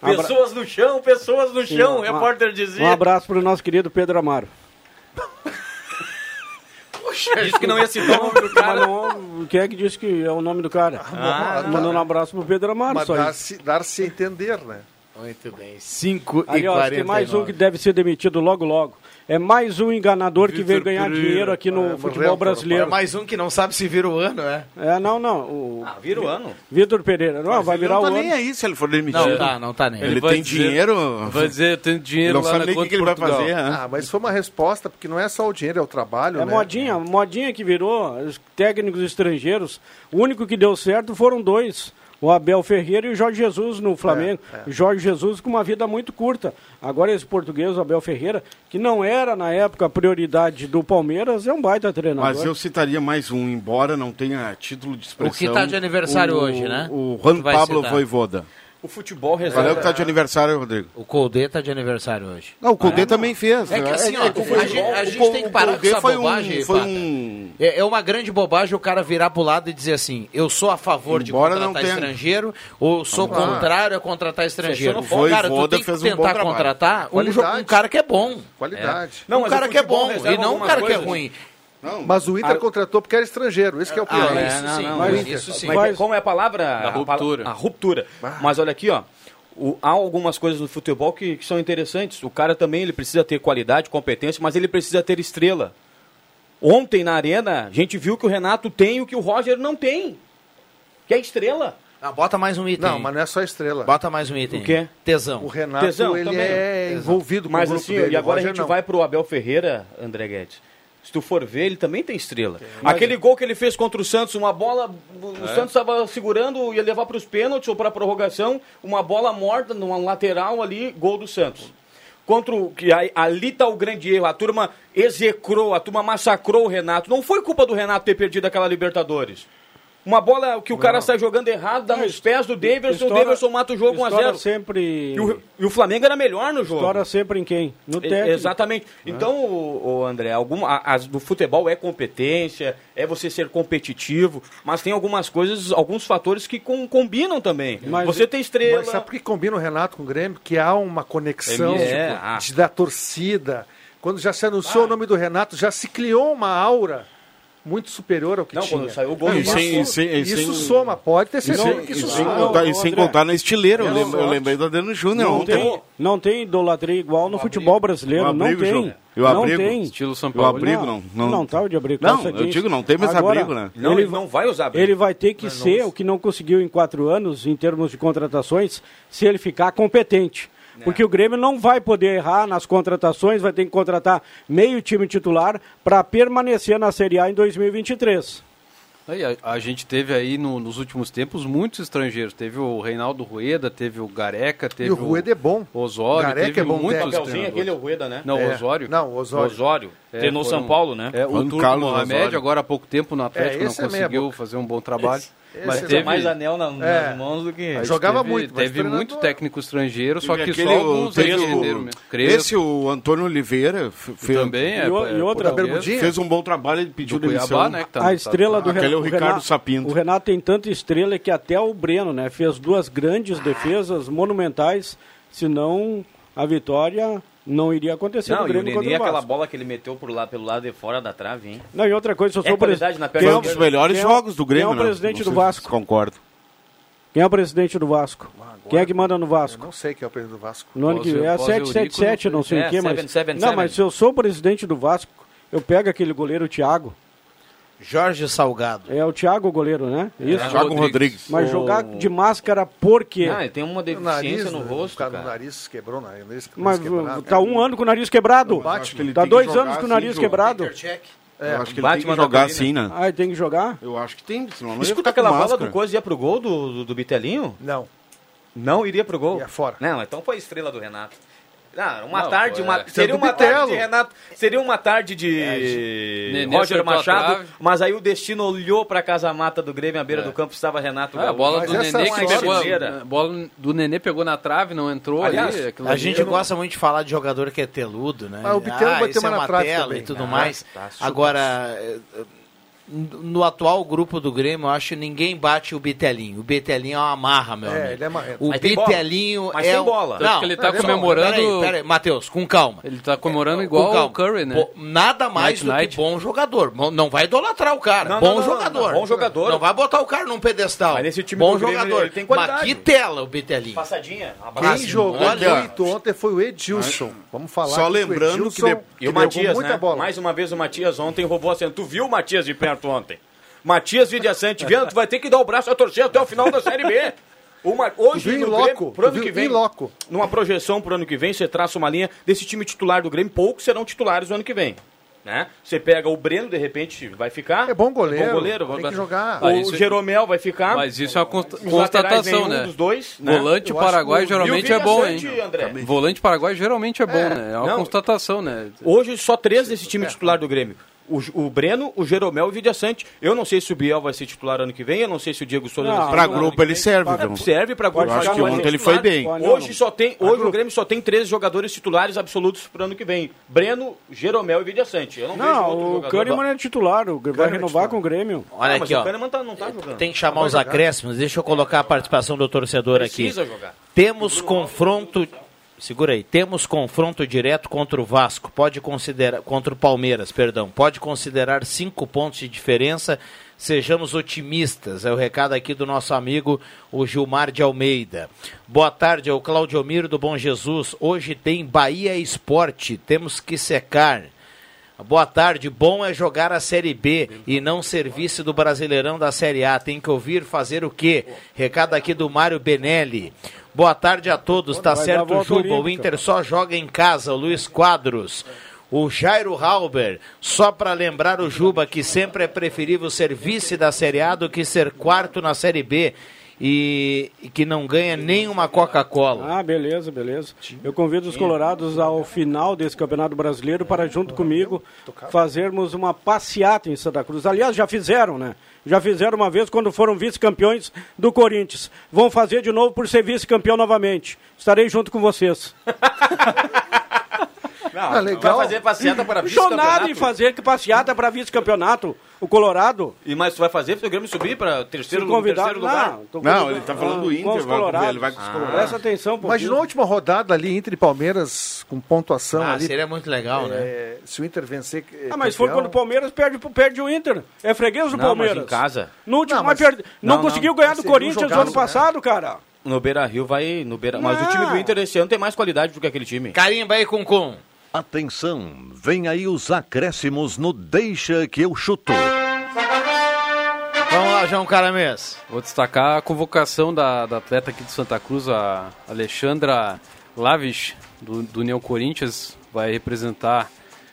H: Abra-
B: Pessoas no chão, pessoas no
H: Sim,
B: chão, o
H: um-
B: repórter
H: Um
B: dizia.
H: abraço para o nosso querido Pedro Amaro.
B: Disse que não ia citar o nome do
H: Mas
B: cara.
H: não- quem é que disse que é o nome do cara?
I: Ah, tá.
H: Mandando um abraço pro Pedro Amaro,
I: Mas
B: tá
H: só isso.
I: dar-se dar -se entender, né?
C: Muito bem. 5 e
H: Aliás, tem mais um que deve ser demitido logo, logo. É mais um enganador que veio ganhar dinheiro aqui
C: Ah,
H: no futebol
I: Morreu,
H: brasileiro.
C: mais um que não sabe se vira o ano, é?
H: É, não, não. O
B: Ah, vira o ano.
H: Vitor Pereira. Não, vai virar
G: não
H: o
G: tá
H: ano.
G: nem aí se ele for demitido.
C: Não tá, não tá nem.
G: Ele
E: vai
G: tem
E: dizer-
G: dinheiro?
E: Vai dizer, eu tenho dinheiro
G: Não
E: lá
G: sabe
E: na
G: nem o
E: conta
G: que, que ele vai
E: Portugal.
G: fazer. né?
I: Ah, mas foi uma resposta, porque não é só o dinheiro, é o trabalho,
H: É
I: né?
H: modinha, modinha que virou. Os técnicos estrangeiros. O único que deu certo foram dois. O Abel Ferreira e o Jorge Jesus no Flamengo.
C: É,
H: O Jorge Jesus com uma vida muito curta. Agora esse português, o Abel Ferreira, que não era na época a prioridade do Palmeiras, é um baita treinador.
G: Mas eu citaria mais um, embora não tenha título de expressão.
C: O que tá de aniversário
G: o-
C: hoje, né?
G: O Juan
C: Tu vai
G: Pablo
C: citar.
G: Voivoda.
B: O futebol
G: Valeu
B: resolve.
G: que tá de aniversário, Rodrigo.
C: O Colde tá de aniversário hoje.
G: Não, o Colde também fez. né?
C: É que assim, ó, a gente, a gente tem que parar com essa
G: foi
C: bobagem,
G: Um, foi
C: Pata.
G: um...
C: É, é uma grande bobagem o cara virar pro lado e dizer assim, eu sou a favor de
G: Embora não
C: contratar
G: tenha.
C: estrangeiro, ou sou contrário a contratar estrangeiro.
G: Fechou no
C: cara, tu
G: Voivoda
C: tem que
G: fez um bom
C: tentar
G: trabalho.
C: contratar um, jo-
I: Qualidade.
C: um cara que é bom.
I: Qualidade.
B: Não,
C: um
B: mas
C: cara
B: o
C: que é
B: futebol
C: bom, e
B: reserva
C: não um
B: algumas
C: cara que é
B: coisas.
C: ruim.
I: Mas o Inter contratou porque era estrangeiro, isso que é o pior.
C: Ah,
I: né?
C: isso,
E: não,
C: sim,
E: não,
C: mas
H: mas-
C: isso sim.
B: Mas como é a palavra? A pala-
E: ruptura.
B: A ruptura. Mas Então, olha aqui, ó. o- há algumas coisas no futebol que, que são interessantes. O cara também ele precisa ter qualidade, competência, mas ele precisa ter estrela. Ontem na arena, a gente viu que o Renato tem o que o Roger não tem. Que é estrela.
C: Ah, bota mais um item.
I: Não, mas não é só estrela.
C: Bota mais um item.
B: O quê?
C: Tesão.
I: O Renato,
B: Tesão
I: ele
B: também.
I: é
B: Tesão.
I: envolvido com
B: Mas
I: o grupo
B: assim,
I: dele.
B: e agora
I: o
B: a
I: Roger
B: gente
I: não.
B: vai pro Abel Ferreira, André Guedes. Se tu for ver, ele também tem estrela. Aquele gol que ele fez contra o Santos, uma bola. O
H: É.
B: Santos estava segurando, ia levar para os pênaltis ou para a prorrogação, uma bola morta numa lateral ali, gol do Santos. Contra o. Que aí- ali tá o grande erro. A turma execrou, a turma massacrou o Renato. Não foi culpa do Renato ter perdido aquela Libertadores. Uma bola que o cara sai jogando errado, dá nos pés do Davidson, o
H: Estoura-
B: Davidson mata o jogo 1 a
H: estoura
B: 0
H: assim. sempre.
B: e o, e o Flamengo era melhor no jogo.
H: Estoura sempre em quem? No
B: E-
H: técnico.
B: É, Exatamente. Então, o, André, alguma, a- as do futebol é competência, é você ser competitivo, mas tem algumas coisas, alguns fatores que com- combinam também.
H: Mas-
B: você tem estrela.
I: Mas sabe por que combina o Renato com o Grêmio? Que há uma conexão tipo,
E: É místico.
B: É, ah.
I: de- da torcida. Quando já se anunciou o nome do Renato, já se criou uma aura muito superior ao que
B: Não,
I: tinha.
B: quando saiu o gol
G: Não,
B: do
G: e sem-
B: Vasco,
G: e sem- e
I: isso
G: sem-
I: soma, pode ter
G: E
I: certeza
G: sem,
I: que
G: e
I: isso
G: sem
I: soma.
G: contar, e sem
H: André.
G: contar na estileira, eu,
B: Não,
G: lembro- eu
B: não.
G: lembrei da Dano Júnior
H: Não
G: ontem.
H: tem, não tem idolatria igual no futebol brasileiro.
G: Eu abrigo,
H: não tem.
G: João. Eu
H: não
G: abrigo.
H: tem.
E: Estilo São
G: Eu
E: Paulo.
G: abri- abrigo,
H: não,
G: não,
H: não.
G: não.
H: tá o de abrigo.
G: Não,
H: calça
G: eu
H: jeans.
G: digo não tem, mas
H: Agora,
G: abrigo, né?
B: Não, ele, não vai usar. Brito.
H: Ele vai ter que ser o que não conseguiu em quatro anos em termos de contratações, se ele ficar competente.
B: É.
H: Porque o Grêmio não vai poder errar nas contratações, vai ter que contratar meio time titular para permanecer na Série A em 2023.
E: Aí, a, a gente teve aí no- nos últimos tempos muitos estrangeiros. Teve o Reinaldo Rueda, teve o Gareca, teve
I: E o Rueda é bom.
E: Osório,
I: Gareca
E: teve
I: é bom
E: muitos
I: técnico.
B: Sim, aquele é o Rueda, né?
E: Não,
I: É.
E: Osório.
I: Não, o Osório.
B: Osório.
E: É,
B: Treinou
E: foram-
B: São Paulo, né?
E: É, o
G: Juan
E: Turco
G: Carlos
E: Mohamed,
G: Osório.
E: agora há pouco tempo no Atlético
I: É,
E: não
I: esse é meia
E: conseguiu fazer um bom trabalho. mas
I: esse é
E: teve,
B: mais anel na-
I: É.
B: nas mãos do que.
I: Aí jogava
E: teve-
I: muito, mas
E: Teve
I: treinador-
E: muito técnico estrangeiro, só que
G: Aquele,
E: só alguns né?
G: teve o-
E: entenderam mesmo.
G: esse, o Antônio Oliveira, fe- fe-
E: também é,
H: E o-
E: é
H: e outra-
E: português,
I: Bermudinha?
G: fez um bom trabalho, ele pediu
E: do
G: demissão.
E: Cuiabá, né? que tá-
H: a
I: Ah,
H: estrela do
G: Aquele é o Ricardo
H: Renato-
G: Sapinto.
H: O Renato tem tanta estrela que até o Breno, né, fez duas grandes defesas monumentais, senão a vitória não iria acontecer
B: Não, e
H: no
B: o
H: Grêmio
B: Nenê, é
H: contra o
B: aquela
H: Vasco.
B: bola que ele meteu por lá, pelo lado de fora da trave, hein?
H: Não, e outra coisa, se eu
B: É
H: sou
B: qualidade
H: presidente.
B: na perna
G: Foi
H: Quem, é
G: um
H: o-
G: dos melhores
H: quem é o-
G: jogos do Grêmio,
H: quem é o
G: né?
H: presidente
G: Não
H: do
G: sei se
H: Vasco?
G: Concordo.
H: quem é o presidente do Vasco? Quem é que manda no
I: Eu
H: Vasco?
I: não sei quem é o presidente do Vasco.
H: No ano que
E: Pós-
H: vem. É a
E: pós-
H: 777, não sei
B: É,
H: o quê, mas.
B: 777.
H: Não, mas se eu sou o presidente do Vasco, eu pego aquele goleiro Thiago.
C: Jorge Salgado.
H: É o Thiago o goleiro, né?
G: É, Thiago Rodrigues. Rodrigues.
H: Mas
G: O-
H: jogar de máscara por quê?
B: Ah, ele tem uma deficiência no rosto,
I: cara.
B: cara.
I: né? O nariz quebrou, o nariz,
H: Mas
I: quebrado.
H: tá um ano com o nariz quebrado.
I: Mas acho que ele
H: Tá
I: tem que
H: dois
I: jogar
H: anos com o
I: assim,
H: nariz
I: Ju.
H: quebrado.
G: Eu acho que ele
B: Batman
G: tem que
B: da
G: jogar
B: Colina.
G: assim, né?
H: Ah, ele tem que jogar?
G: Eu acho que tem, senão não ia
B: Escuta
G: ficar com
B: aquela bola
G: máscara.
B: do Coisa ia pro gol do, do, do Bitelinho?
I: Não,
B: Não iria pro gol.
I: ia fora.
B: Não, então foi a estrela do Renato. Ah, uma
E: Não,
B: tarde,
E: foi,
B: uma-
E: é.
B: seria
I: do
B: uma tarde
I: Bitelo.
B: de Renato, seria uma tarde Né?
E: É,
B: de
E: Nenê
B: Roger
E: acertou a
B: Machado,
E: trave.
B: mas aí o destino olhou pra casa mata do Grêmio, à beira do campo estava Renato
E: Ah, a bola
I: Mas
E: do
I: essa
E: Nenê que
B: história-
E: pegou a,
B: Cera.
E: a bola do Nenê pegou na trave, não entrou
B: Aliás,
E: ali. aquilo
C: A
E: ali.
C: gente gosta muito de falar de jogador que é teludo, né?
I: Ah, o Bitelo
C: ah,
I: bateu
C: isso é
I: mais na
C: uma
I: trave
C: tela
I: também.
C: e tudo
B: Ah,
C: mais.
B: tá, super.
C: Agora, eh, eh, no atual grupo do Grêmio, eu acho que ninguém bate o Bitelinho. O Bitelinho é uma marra, meu
I: É,
C: amigo.
I: ele é marrento.
C: O
B: Mas tem bola.
C: Bitelinho
B: Mas
C: é...
B: tem
C: um-
B: bola.
E: Tanto que ele tá
C: só,
E: comemorando-
C: Peraí, peraí, Matheus, com calma.
E: Ele tá comemorando
C: Com
E: igual
C: calma.
E: o Curry, né?
C: Pô, nada mais
E: Night,
C: do
E: night.
C: que bom jogador. Bom- Não vai idolatrar o cara.
B: Não, não,
C: bom
B: não, não, não.
C: jogador.
B: Bom jogador.
C: Não vai botar o cara num pedestal.
B: Mas nesse time
C: bom
B: do Grêmio,
C: jogador.
B: ele tem qualidade.
C: Mas que tela o Bitelinho.
B: passadinha, uma
I: Quem
C: Ah,
B: base.
C: sim,
I: jogou
C: olha.
I: muito ontem foi o Edilson. Vamos falar.
G: Só
I: que o
G: lembrando que
I: Edilson
G: de-
B: E o
I: jogou
B: Matias,
I: muita
B: né?
I: bola.
B: Mais uma vez o Matias ontem roubou a cena. Tu viu o Matias de perto ontem? Matias Vidiaçante Viana, tu vai ter que dar o braço a torcer até o final da Série B. Uma, hoje,
I: Viu em
B: no
I: loco,
B: Grêmio, pro ano
I: viu
B: que
I: em
B: vem,
I: loco.
B: numa projeção pro ano que vem, você traça uma linha desse time titular do Grêmio, poucos serão titulares no ano que vem. Né? Você pega o Breno, de repente, vai ficar.
I: É bom goleiro,
B: Bom goleiro.
I: tem
B: vai- um
I: que jogar.
B: O
E: Ah,
C: é-
E: isso-
B: Jeromel vai ficar.
E: Mas isso é uma consta-
B: Os laterais,
E: constatação,
B: nenhum
E: né?
B: Dos dois, né?
E: Volante
I: Eu acho
E: paraguai
I: que o-
E: geralmente
B: E o
E: é bom, hein?
B: Vidiaçante, André?
E: Volante paraguai geralmente é bom, né? É uma
B: não.
E: constatação, né?
B: Hoje, só três desse time titular do Grêmio. O, J- o Breno, o Jeromel e o Vidiaçante. Eu não sei se o Biel vai ser titular ano que vem, eu não sei se o Diego Souza
H: Não,
B: vai ser
G: Pra
B: titular ano
G: grupo ele serve, então.
B: que- Serve pra grupo.
H: Eu acho
B: mas
H: que
B: não vai
H: ontem
B: ser
G: ele foi
B: titular.
G: bem.
H: Olha,
B: Hoje,
H: não.
B: só tem, hoje o Grêmio só tem três jogadores titulares absolutos pro ano que vem. Breno, Jeromel e Vidiaçante. Eu não, vejo outro
H: Não, o
B: jogador.
H: Kahneman é titular, o- vai renovar com o Grêmio.
B: Ah,
C: Olha
B: mas
C: aqui,
B: o
C: ó. É,
B: Kahneman tá- não tá jogando.
C: Tem que chamar os acréscimos. Deixa eu colocar a participação do torcedor
B: Precisa
C: aqui.
B: jogar.
C: Temos confronto. Segura aí. Temos confronto direto contra o Vasco. Pode considerar contra o Palmeiras, perdão. Pode considerar cinco pontos de diferença. Sejamos otimistas. É o recado aqui do nosso amigo o Gilmar de Almeida. Boa tarde, é o Claudio Miro do Bom Jesus. Hoje tem Bahia Esporte. Temos que secar. Boa tarde, bom é jogar a Série B e não ser vice do Brasileirão da Série A. Tem que ouvir fazer o quê? Recado aqui do Mário Benelli. Boa tarde a todos, tá
H: Vai dar
C: certo,
H: volta
C: Juba? O
H: olímpica.
C: Inter só joga em casa, o Luiz Quadros. O Jairo Halber, só para lembrar o Juba que sempre é preferível ser vice da Série A do que ser quarto na Série B e e que não ganha nenhuma Coca-Cola.
H: Ah, beleza, beleza. Eu convido os colorados ao final desse Campeonato Brasileiro para, junto comigo, fazermos uma passeata em Santa Cruz. Aliás, já fizeram, né? Já fizeram uma vez quando foram vice-campeões do Corinthians. Vão fazer de novo por ser vice-campeão novamente. Estarei junto com vocês.
B: Não,
I: Ah,
B: Vai
I: legal.
B: fazer passeata
H: Então,
B: para
H: Jornada em
B: vice-campeonato.
H: fazer que passeata para vice-campeonato. O Colorado,
B: E mais tu vai fazer pro Grêmio subir para terceiro,
H: se convidar.
B: terceiro lugar? Ah.
H: Não,
G: Não,
H: tô convidando-
G: ele tá falando
H: ah,
G: do Inter,
H: com os
G: vai-
H: colorados.
G: ele vai com os colorados.
H: Presta atenção, um
B: um
H: pô.
I: Imaginou a última rodada ali, Inter e Palmeiras, com pontuação
C: Ah,
I: ali.
C: seria muito legal, né?
I: É, se o Inter vencer. é
H: Ah, mas foi
I: campeão.
H: quando o Palmeiras perde, pro- perde o Inter. É freguês do
B: Não,
H: Palmeiras.
B: mas em casa.
H: No último,
I: Não,
H: mas
I: mas-
H: perde- não,
B: não,
H: conseguiu
B: não.
H: ganhar do
I: Seria um
H: Corinthians no
I: jogaço,
H: ano passado, cara.
B: No Beira Rio vai. No Beira... né? Mas
H: Não.
B: o time do Inter esse ano tem mais qualidade do que aquele time.
C: Carimba aí, Cuncum.
K: Atenção, vem aí os acréscimos no Deixa que eu chuto.
C: Vamos lá, João Caramês.
E: Vou destacar a convocação da, da atleta aqui de Santa Cruz, a Alexandra Lavish, do, do Neo Corinthians, vai representar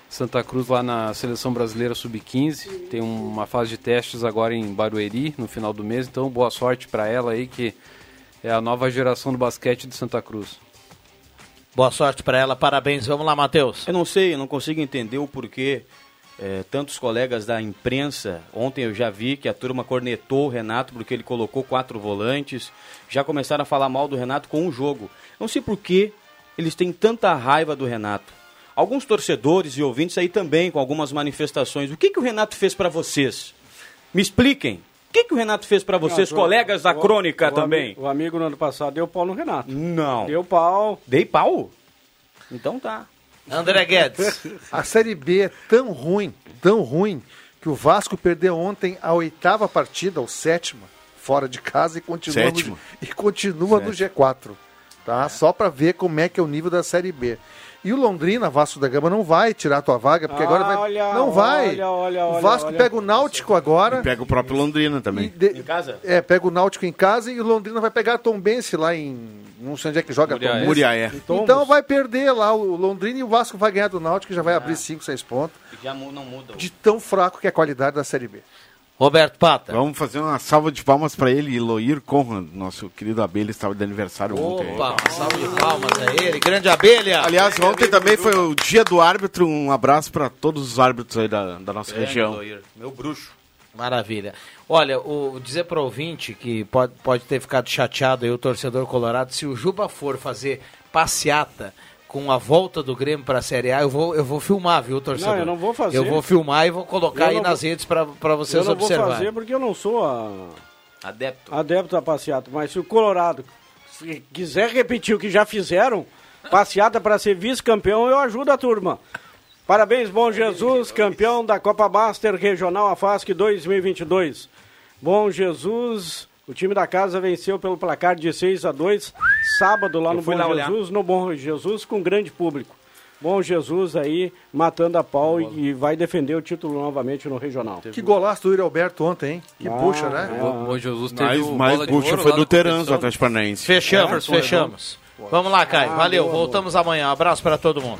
E: Santa Cruz lá na Seleção Brasileira Sub-15. Tem um- uma fase de testes agora em Barueri, no final do mês, então boa sorte para ela aí, que é a nova geração do basquete de Santa Cruz.
C: Boa sorte pra ela, parabéns. Vamos lá, Matheus.
B: Eu não sei, eu não consigo entender o porquê eh, tantos colegas da imprensa. Ontem eu já vi que a turma cornetou o Renato porque ele colocou quatro volantes. Já começaram a falar mal do Renato com o jogo. Não sei por que eles têm tanta raiva do Renato. Alguns torcedores e ouvintes aí também com algumas manifestações. O que, que o Renato fez para vocês? Me expliquem. O que, que o Renato fez para vocês,
H: Não, o-
B: colegas da
H: o-
B: crônica
H: o
B: também?
H: ami- o amigo no ano passado deu pau no Renato.
B: Não.
H: Deu pau.
B: Dei pau? Então tá.
C: André Guedes.
I: A Série B é tão ruim, tão ruim, que o Vasco perdeu ontem a oitava partida, ou sétima, fora de casa, e continua, no,
G: Sétimo.
I: e continua no G4. tá? Só para ver como é que é o nível da Série B. E o Londrina, Vasco da Gama, não vai tirar a tua vaga, porque agora vai.
H: Ah, Olha,
I: não vai.
H: olha, olha,
I: o
H: olha,
I: Vasco
H: olha.
I: pega o Náutico agora.
G: E pega o próprio Londrina também.
I: em casa? É, pega o Náutico em casa e o Londrina vai pegar a Tombense lá em. Não sei onde é que joga
G: Muriaé.
I: Tombense.
G: Muriaé.
I: Então vai perder lá o Londrina e o Vasco vai ganhar do Náutico, já vai abrir 5, 6 pontos.
L: É. Já mu- não muda.
I: De tão fraco que é a qualidade da Série B.
C: Roberto Pata.
G: Vamos fazer uma salva de palmas para ele, Eloir Conrad, nosso querido abelha, estava de aniversário ontem.
C: Opa, uma salva de palmas a ele, grande abelha.
G: Aliás, ontem também foi o dia do árbitro. Um abraço para todos os árbitros aí da, da nossa região.
L: Meu bruxo.
C: Maravilha. Olha, o dizer para ouvinte que pode, pode ter ficado chateado aí o torcedor colorado, se o Juba for fazer passeata com a volta do Grêmio para a Série A, eu vou, eu vou filmar, viu, torcedor?
H: Não, eu não vou fazer.
C: Eu vou filmar e vou colocar
H: Eu
C: aí
H: não
C: nas
H: vou-
C: redes para vocês
H: eu não vou
C: observarem.
H: fazer porque eu não sou a...
L: adepto.
H: adepto da passeata, mas se o Colorado se quiser repetir o que já fizeram, passeata para ser vice-campeão, eu ajudo a turma. Parabéns, Bom Jesus, campeão da Copa Master Regional AFASC 2022. Bom Jesus, o time da casa venceu pelo placar de 6 a 2 sábado lá
L: Eu
H: no
L: fui
H: Bom
L: lá olhar.
H: Jesus, no Bom Jesus com grande público. Bom Jesus aí matando a pau e, e vai defender o título novamente no regional.
I: Que golaço do Yuri Alberto ontem, hein? Que bucha, né?
E: O Bom Jesus teve
G: Mas
E: o
G: mais
E: bola de
G: bucha
E: ouro
G: foi
E: lá
G: do
E: na
G: Terãs, do
E: competição.
G: Atlético Paranaense.
C: Fechamos,
H: né?
E: É,
C: fechamos. Vamos lá, Caio.
E: Ah,
C: Valeu,
E: boa,
C: voltamos amanhã. abraço para todo mundo.